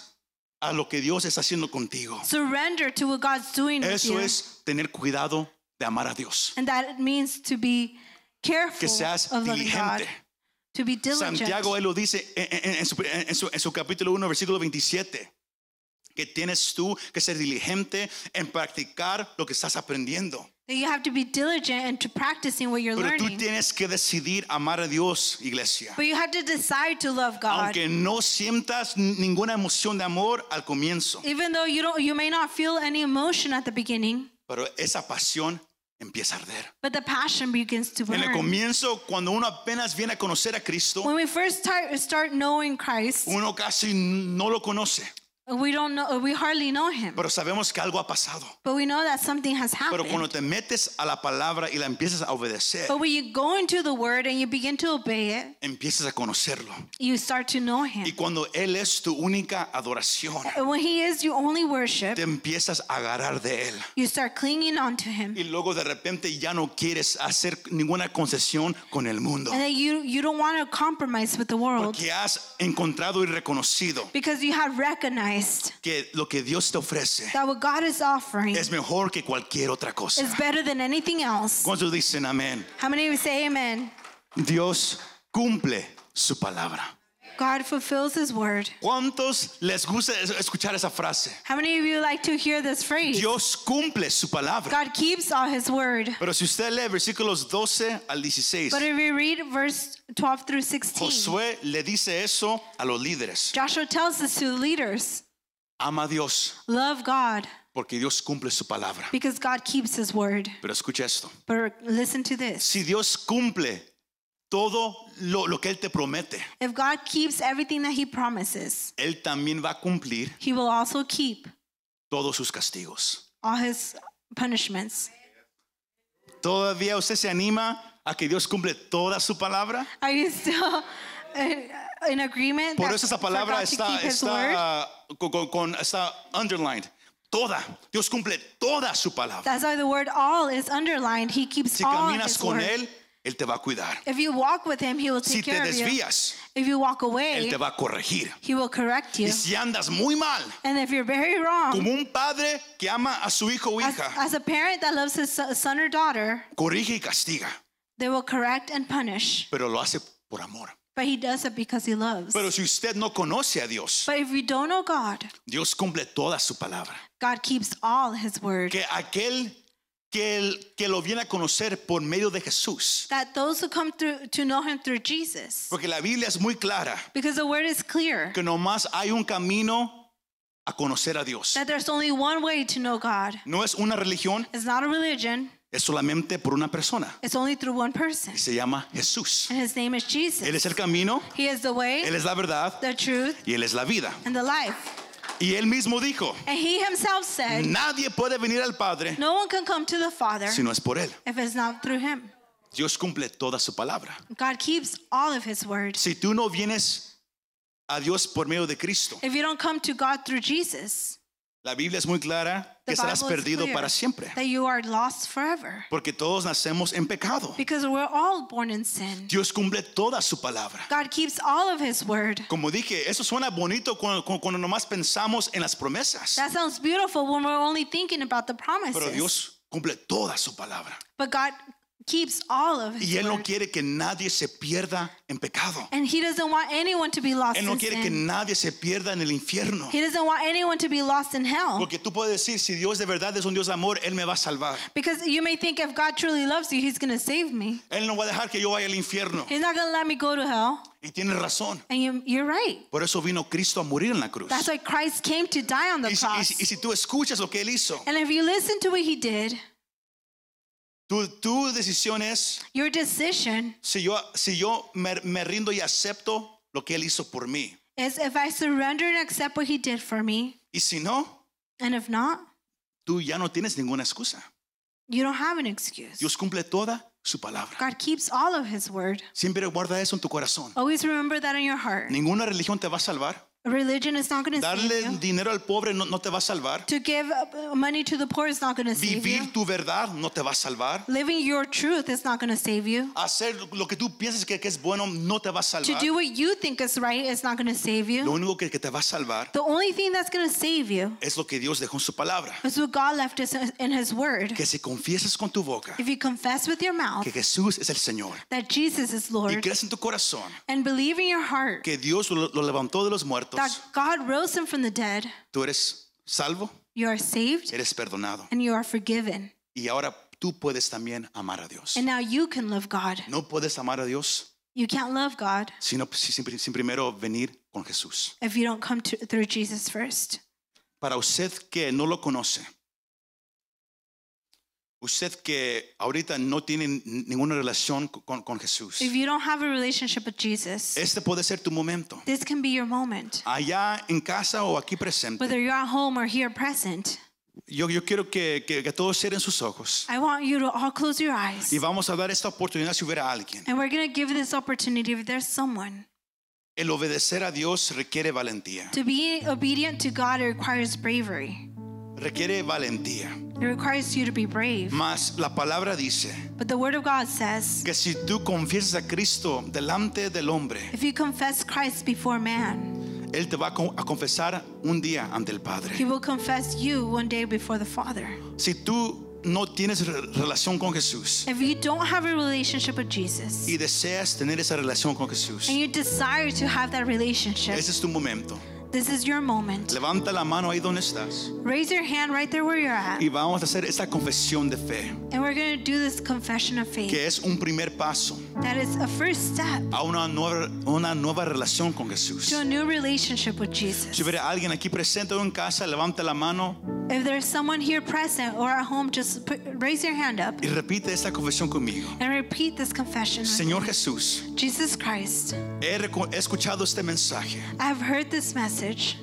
Speaker 2: a lo que Dios está haciendo contigo.
Speaker 3: surrender to what God's doing with
Speaker 2: Eso
Speaker 3: you.
Speaker 2: es tener cuidado de amar a Dios.
Speaker 3: And that it means to be
Speaker 2: Que
Speaker 3: careful
Speaker 2: seas
Speaker 3: of loving God.
Speaker 2: diligente.
Speaker 3: To be diligent.
Speaker 2: Santiago él lo dice en, en- en su, en su- en su capítulo 1, versículo 27, que tienes tú que ser diligente en practicar lo que estás aprendiendo.
Speaker 3: That you have to be diligent into practicing what you're
Speaker 2: Pero tú
Speaker 3: learning.
Speaker 2: tienes que decidir amar a Dios, iglesia.
Speaker 3: But you have to decide to love God.
Speaker 2: Aunque no sientas n- ninguna emoción de amor al comienzo,
Speaker 3: Even though you don't you may not feel any emotion at the beginning,
Speaker 2: pero esa pasión empieza a arder.
Speaker 3: but the passion begins to
Speaker 2: En el
Speaker 3: burn.
Speaker 2: comienzo, cuando uno apenas viene a conocer a Cristo,
Speaker 3: When we first start, start knowing Christ,
Speaker 2: uno casi no lo conoce,
Speaker 3: we don't know we hardly know him.
Speaker 2: pero sabemos que algo ha pasado.
Speaker 3: But we know that something has
Speaker 2: Pero cuando
Speaker 3: happened.
Speaker 2: te metes a la palabra y la empiezas a obedecer,
Speaker 3: But when you go into the word and you begin to obey it,
Speaker 2: empiezas a conocerlo.
Speaker 3: you start to know
Speaker 2: Y
Speaker 3: him.
Speaker 2: cuando Él es tu única adoración,
Speaker 3: And when he is your only worship,
Speaker 2: te empiezas a agarrar de Él.
Speaker 3: you start clinging onto him.
Speaker 2: Y luego de repente ya no quieres hacer ninguna concesión con el mundo.
Speaker 3: And then you you don't want to compromise with the world
Speaker 2: Porque has encontrado y reconocido
Speaker 3: because you have recognized
Speaker 2: que lo que Dios te ofrece
Speaker 3: that what God is offering
Speaker 2: es mejor que cualquier otra
Speaker 3: is
Speaker 2: cosa.
Speaker 3: better than anything else.
Speaker 2: ¿Cuántos dicen amén?
Speaker 3: How many of you say amen?
Speaker 2: Dios cumple su palabra.
Speaker 3: God fulfills his word.
Speaker 2: ¿Cuántos les gusta es- escuchar esa frase?
Speaker 3: How many of you like to hear this phrase?
Speaker 2: Dios cumple su palabra.
Speaker 3: God keeps all his word.
Speaker 2: Pero si usted lee versículos 12 al 16,
Speaker 3: But if we read verse 12 through 16,
Speaker 2: Josué le dice eso a los líderes.
Speaker 3: Joshua tells us to the leaders,
Speaker 2: Ama a Dios
Speaker 3: love God
Speaker 2: porque Dios cumple su palabra.
Speaker 3: because God keeps his word.
Speaker 2: Pero escucha esto.
Speaker 3: But listen to this.
Speaker 2: Si Dios cumple todo lo, lo que Él te promete,
Speaker 3: If God keeps everything that he promises,
Speaker 2: Él también va a cumplir
Speaker 3: he will also keep
Speaker 2: todos sus castigos.
Speaker 3: all his punishments.
Speaker 2: ¿Todavía usted se anima a que Dios cumple toda su palabra?
Speaker 3: Are you still [LAUGHS] in, in agreement
Speaker 2: Por
Speaker 3: that
Speaker 2: eso esa
Speaker 3: for God
Speaker 2: palabra
Speaker 3: to
Speaker 2: está,
Speaker 3: keep his word?
Speaker 2: está, ah, con- con- con- está underlined. Toda. Dios cumple toda su palabra.
Speaker 3: That's why the word all is underlined. He keeps
Speaker 2: Si
Speaker 3: all of
Speaker 2: caminas
Speaker 3: his
Speaker 2: con
Speaker 3: word.
Speaker 2: Él, Él te va a cuidar.
Speaker 3: If you walk with him, he will
Speaker 2: Si
Speaker 3: take
Speaker 2: te
Speaker 3: care of you.
Speaker 2: desvías,
Speaker 3: If you walk
Speaker 2: Él
Speaker 3: away,
Speaker 2: te va a corregir.
Speaker 3: he will correct you.
Speaker 2: Y si andas muy mal,
Speaker 3: And if you're very wrong,
Speaker 2: como un padre que ama a su hijo o
Speaker 3: as,
Speaker 2: hija,
Speaker 3: as a parent that loves his so- son or daughter,
Speaker 2: corrige y castiga,
Speaker 3: they will correct and punish.
Speaker 2: pero lo hace por amor.
Speaker 3: But he does it because he loves.
Speaker 2: Pero si usted no conoce a Dios,
Speaker 3: But if you don't know God,
Speaker 2: Dios cumple toda su palabra.
Speaker 3: God keeps all his word.
Speaker 2: Que aquel que, el- que lo viene a conocer por medio de Jesús,
Speaker 3: That those who come through to know him through Jesus,
Speaker 2: porque la Biblia es muy clara
Speaker 3: because the word is clear
Speaker 2: que nomás hay un camino a conocer a Dios.
Speaker 3: that there's only one way to know God.
Speaker 2: No es una religión,
Speaker 3: It's not a religion,
Speaker 2: es solamente por una persona.
Speaker 3: it's only through one person.
Speaker 2: Y se llama Jesús.
Speaker 3: And his name is
Speaker 2: Él
Speaker 3: Jesus.
Speaker 2: es el camino,
Speaker 3: He is the
Speaker 2: Él
Speaker 3: way,
Speaker 2: es la verdad
Speaker 3: the truth,
Speaker 2: y Él es la vida.
Speaker 3: and the life.
Speaker 2: Y Él mismo dijo,
Speaker 3: And he himself said,
Speaker 2: nadie puede venir al Padre
Speaker 3: No one can come to the Father
Speaker 2: si no es por Él.
Speaker 3: if it's not through him.
Speaker 2: Dios cumple toda su palabra.
Speaker 3: God keeps all of his word.
Speaker 2: Si tú no vienes a Dios por medio de Cristo,
Speaker 3: If you don't come to God through Jesus,
Speaker 2: la Biblia es muy clara que
Speaker 3: the
Speaker 2: estarás
Speaker 3: Bible is
Speaker 2: perdido
Speaker 3: clear
Speaker 2: para siempre.
Speaker 3: that you are lost forever
Speaker 2: Porque todos nacemos en pecado.
Speaker 3: because we're all born in sin.
Speaker 2: Dios cumple toda su palabra.
Speaker 3: God keeps all of his word.
Speaker 2: Como dije, eso suena bonito cuando, cuando- cuando nomás pensamos en las promesas.
Speaker 3: That sounds beautiful when we're only thinking about the
Speaker 2: Pero
Speaker 3: promises.
Speaker 2: Dios cumple toda su palabra.
Speaker 3: But God keeps all of his
Speaker 2: Y Él no
Speaker 3: word.
Speaker 2: quiere que nadie se pierda en pecado.
Speaker 3: And he doesn't want anyone to be lost
Speaker 2: Él no
Speaker 3: in
Speaker 2: quiere que
Speaker 3: sin.
Speaker 2: nadie se pierda en el infierno.
Speaker 3: He doesn't want anyone to be lost in hell.
Speaker 2: Porque tú puedes decir, si Dios de verdad es un Dios de amor, Él me va a salvar.
Speaker 3: Because you may think if God truly loves you, he's going to save me.
Speaker 2: Él no va a dejar que yo vaya al infierno.
Speaker 3: He's not going to let me go to hell.
Speaker 2: Y tiene razón.
Speaker 3: And you, you're right.
Speaker 2: Por eso vino Cristo a morir en la cruz.
Speaker 3: That's why Christ came to die on the
Speaker 2: Y si, y
Speaker 3: cross.
Speaker 2: si- y si tú escuchas lo que Él hizo,
Speaker 3: And if you listen to what he did,
Speaker 2: tu, tu decisión es,
Speaker 3: your decision
Speaker 2: si yo, si yo me, me rindo y acepto lo que Él hizo por mí.
Speaker 3: is if I surrender and accept what he did for me.
Speaker 2: Y si no,
Speaker 3: And if not,
Speaker 2: tú ya no tienes ninguna excusa.
Speaker 3: you don't have an excuse.
Speaker 2: Dios cumple toda su palabra.
Speaker 3: God keeps all of his word.
Speaker 2: Siempre guarda eso en tu corazón.
Speaker 3: Always remember that in your heart.
Speaker 2: Ninguna religión te va a salvar.
Speaker 3: Religion is not going to
Speaker 2: Darle
Speaker 3: save you.
Speaker 2: dinero al pobre no, no te va a salvar.
Speaker 3: To give uh, money to the poor is not going to save you.
Speaker 2: Vivir tu verdad no te va a salvar.
Speaker 3: Living your truth is not going to save you.
Speaker 2: Hacer lo que tú piensas que, que es bueno no te va a
Speaker 3: To
Speaker 2: salvar.
Speaker 3: do what you think is right is not going to save
Speaker 2: Lo
Speaker 3: you.
Speaker 2: único que, que te va a salvar
Speaker 3: The only thing that's going to save you
Speaker 2: es lo que Dios dejó en su palabra.
Speaker 3: is what God left us in His Word.
Speaker 2: Que si confiesas con tu boca
Speaker 3: If you confess with your mouth
Speaker 2: que Jesús es el Señor
Speaker 3: that Jesus is
Speaker 2: y
Speaker 3: Lord
Speaker 2: crees en tu corazón
Speaker 3: and believe in your heart
Speaker 2: que Dios lo, lo levantó de los muertos,
Speaker 3: that God rose Him from the dead,
Speaker 2: tú eres salvo,
Speaker 3: you are saved
Speaker 2: eres perdonado.
Speaker 3: and you are forgiven.
Speaker 2: Y ahora tú puedes también amar a Dios.
Speaker 3: And now you can love God.
Speaker 2: No puedes amar a Dios
Speaker 3: You can't love God
Speaker 2: sino si- sin, pri- sin primero venir con Jesús.
Speaker 3: if you don't come to, through Jesus first.
Speaker 2: Para usted que no lo conoce, usted que ahorita no tiene n- ninguna relación con, con Jesús,
Speaker 3: If you don't have a relationship with Jesus,
Speaker 2: este puede ser tu momento.
Speaker 3: this can be your moment.
Speaker 2: Allá en casa o aquí presente,
Speaker 3: Whether you're at home or here present,
Speaker 2: yo, yo quiero que, que- que todos cierren sus ojos
Speaker 3: I want you to all close your eyes.
Speaker 2: y vamos a dar esta oportunidad si hubiera alguien.
Speaker 3: And we're going to give this opportunity if there's someone.
Speaker 2: El obedecer a Dios requiere valentía,
Speaker 3: To be obedient to God, it requires bravery.
Speaker 2: requiere valentía.
Speaker 3: It requires you to be brave.
Speaker 2: Mas la palabra dice
Speaker 3: But the Word of God says
Speaker 2: que si tú confiesas a Cristo delante del hombre,
Speaker 3: if you confess Christ before man,
Speaker 2: Él te va a co- a confesar un día ante el
Speaker 3: he
Speaker 2: Padre.
Speaker 3: will confess you one day before the Father.
Speaker 2: Si tú no tienes re- relación con Jesús
Speaker 3: If you don't have a relationship with Jesus
Speaker 2: y deseas tener esa relación con Jesús,
Speaker 3: and you desire to have that relationship,
Speaker 2: ese es tu momento.
Speaker 3: this is your moment.
Speaker 2: Levanta la mano ahí donde estás
Speaker 3: Raise your hand right there where you're at,
Speaker 2: y vamos a hacer esta confesión de fe,
Speaker 3: and we're going to do this confession of faith.
Speaker 2: que es un primer paso
Speaker 3: That is a first step
Speaker 2: a una nueva, una nueva relación con Jesús.
Speaker 3: to a new relationship with Jesus.
Speaker 2: Si hubiera alguien aquí presente o en casa, levanta la mano
Speaker 3: If there's someone here present or at home, just put, raise your hand up
Speaker 2: y repite esta confesión conmigo.
Speaker 3: and repeat this confession. with
Speaker 2: Señor Jesús,
Speaker 3: me. Jesus Christ,
Speaker 2: he reco- he escuchado este mensaje.
Speaker 3: I have heard this message.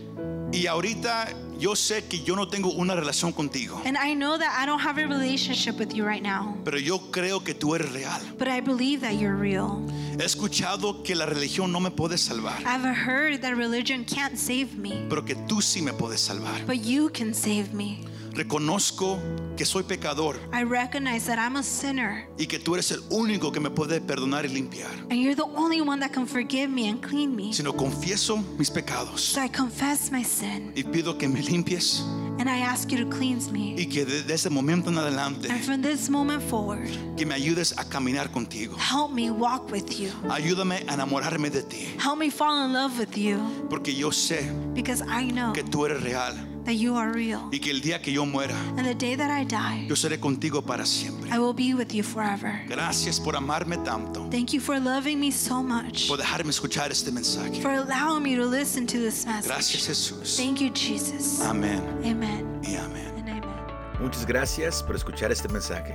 Speaker 2: Y ahorita yo sé que yo no tengo una relación contigo,
Speaker 3: And I know that I don't have a relationship with you right now,
Speaker 2: pero yo creo que tú eres real.
Speaker 3: but I believe that you're real.
Speaker 2: He escuchado que la religión no me puede salvar,
Speaker 3: I've heard that religion can't save me,
Speaker 2: pero que tú sí me puedes salvar.
Speaker 3: but you can save me.
Speaker 2: Reconozco que soy pecador
Speaker 3: I recognize that I'm a sinner,
Speaker 2: y que tú eres el único que me puede perdonar y limpiar.
Speaker 3: and you're the only one that can forgive me and clean me.
Speaker 2: Sino confieso mis pecados
Speaker 3: So I confess my sin,
Speaker 2: y pido que me limpies
Speaker 3: and I ask you to cleanse me.
Speaker 2: y que desde ese momento en adelante
Speaker 3: And from this moment forward,
Speaker 2: que me ayudes a caminar contigo.
Speaker 3: help me walk with you.
Speaker 2: Ayúdame a enamorarme de ti,
Speaker 3: Help me fall in love with you,
Speaker 2: porque yo sé
Speaker 3: because I know
Speaker 2: que tú eres real
Speaker 3: that you are real.
Speaker 2: y que el día que yo muera,
Speaker 3: And the day that I die,
Speaker 2: yo seré contigo para siempre.
Speaker 3: I will be with you forever.
Speaker 2: Gracias por amarme tanto,
Speaker 3: Thank you for loving me so much,
Speaker 2: por dejarme escuchar este mensaje.
Speaker 3: for allowing me to listen to this
Speaker 2: Gracias
Speaker 3: message.
Speaker 2: Jesús.
Speaker 3: Thank you, Jesus.
Speaker 2: Amén
Speaker 3: Amen
Speaker 2: y amén.
Speaker 3: and amen.
Speaker 1: Muchas gracias por escuchar este mensaje.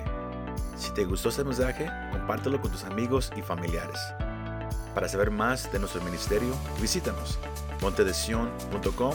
Speaker 1: Si te gustó este mensaje, compártelo con tus amigos y familiares. Para saber más de nuestro ministerio, visítanos montedesion.com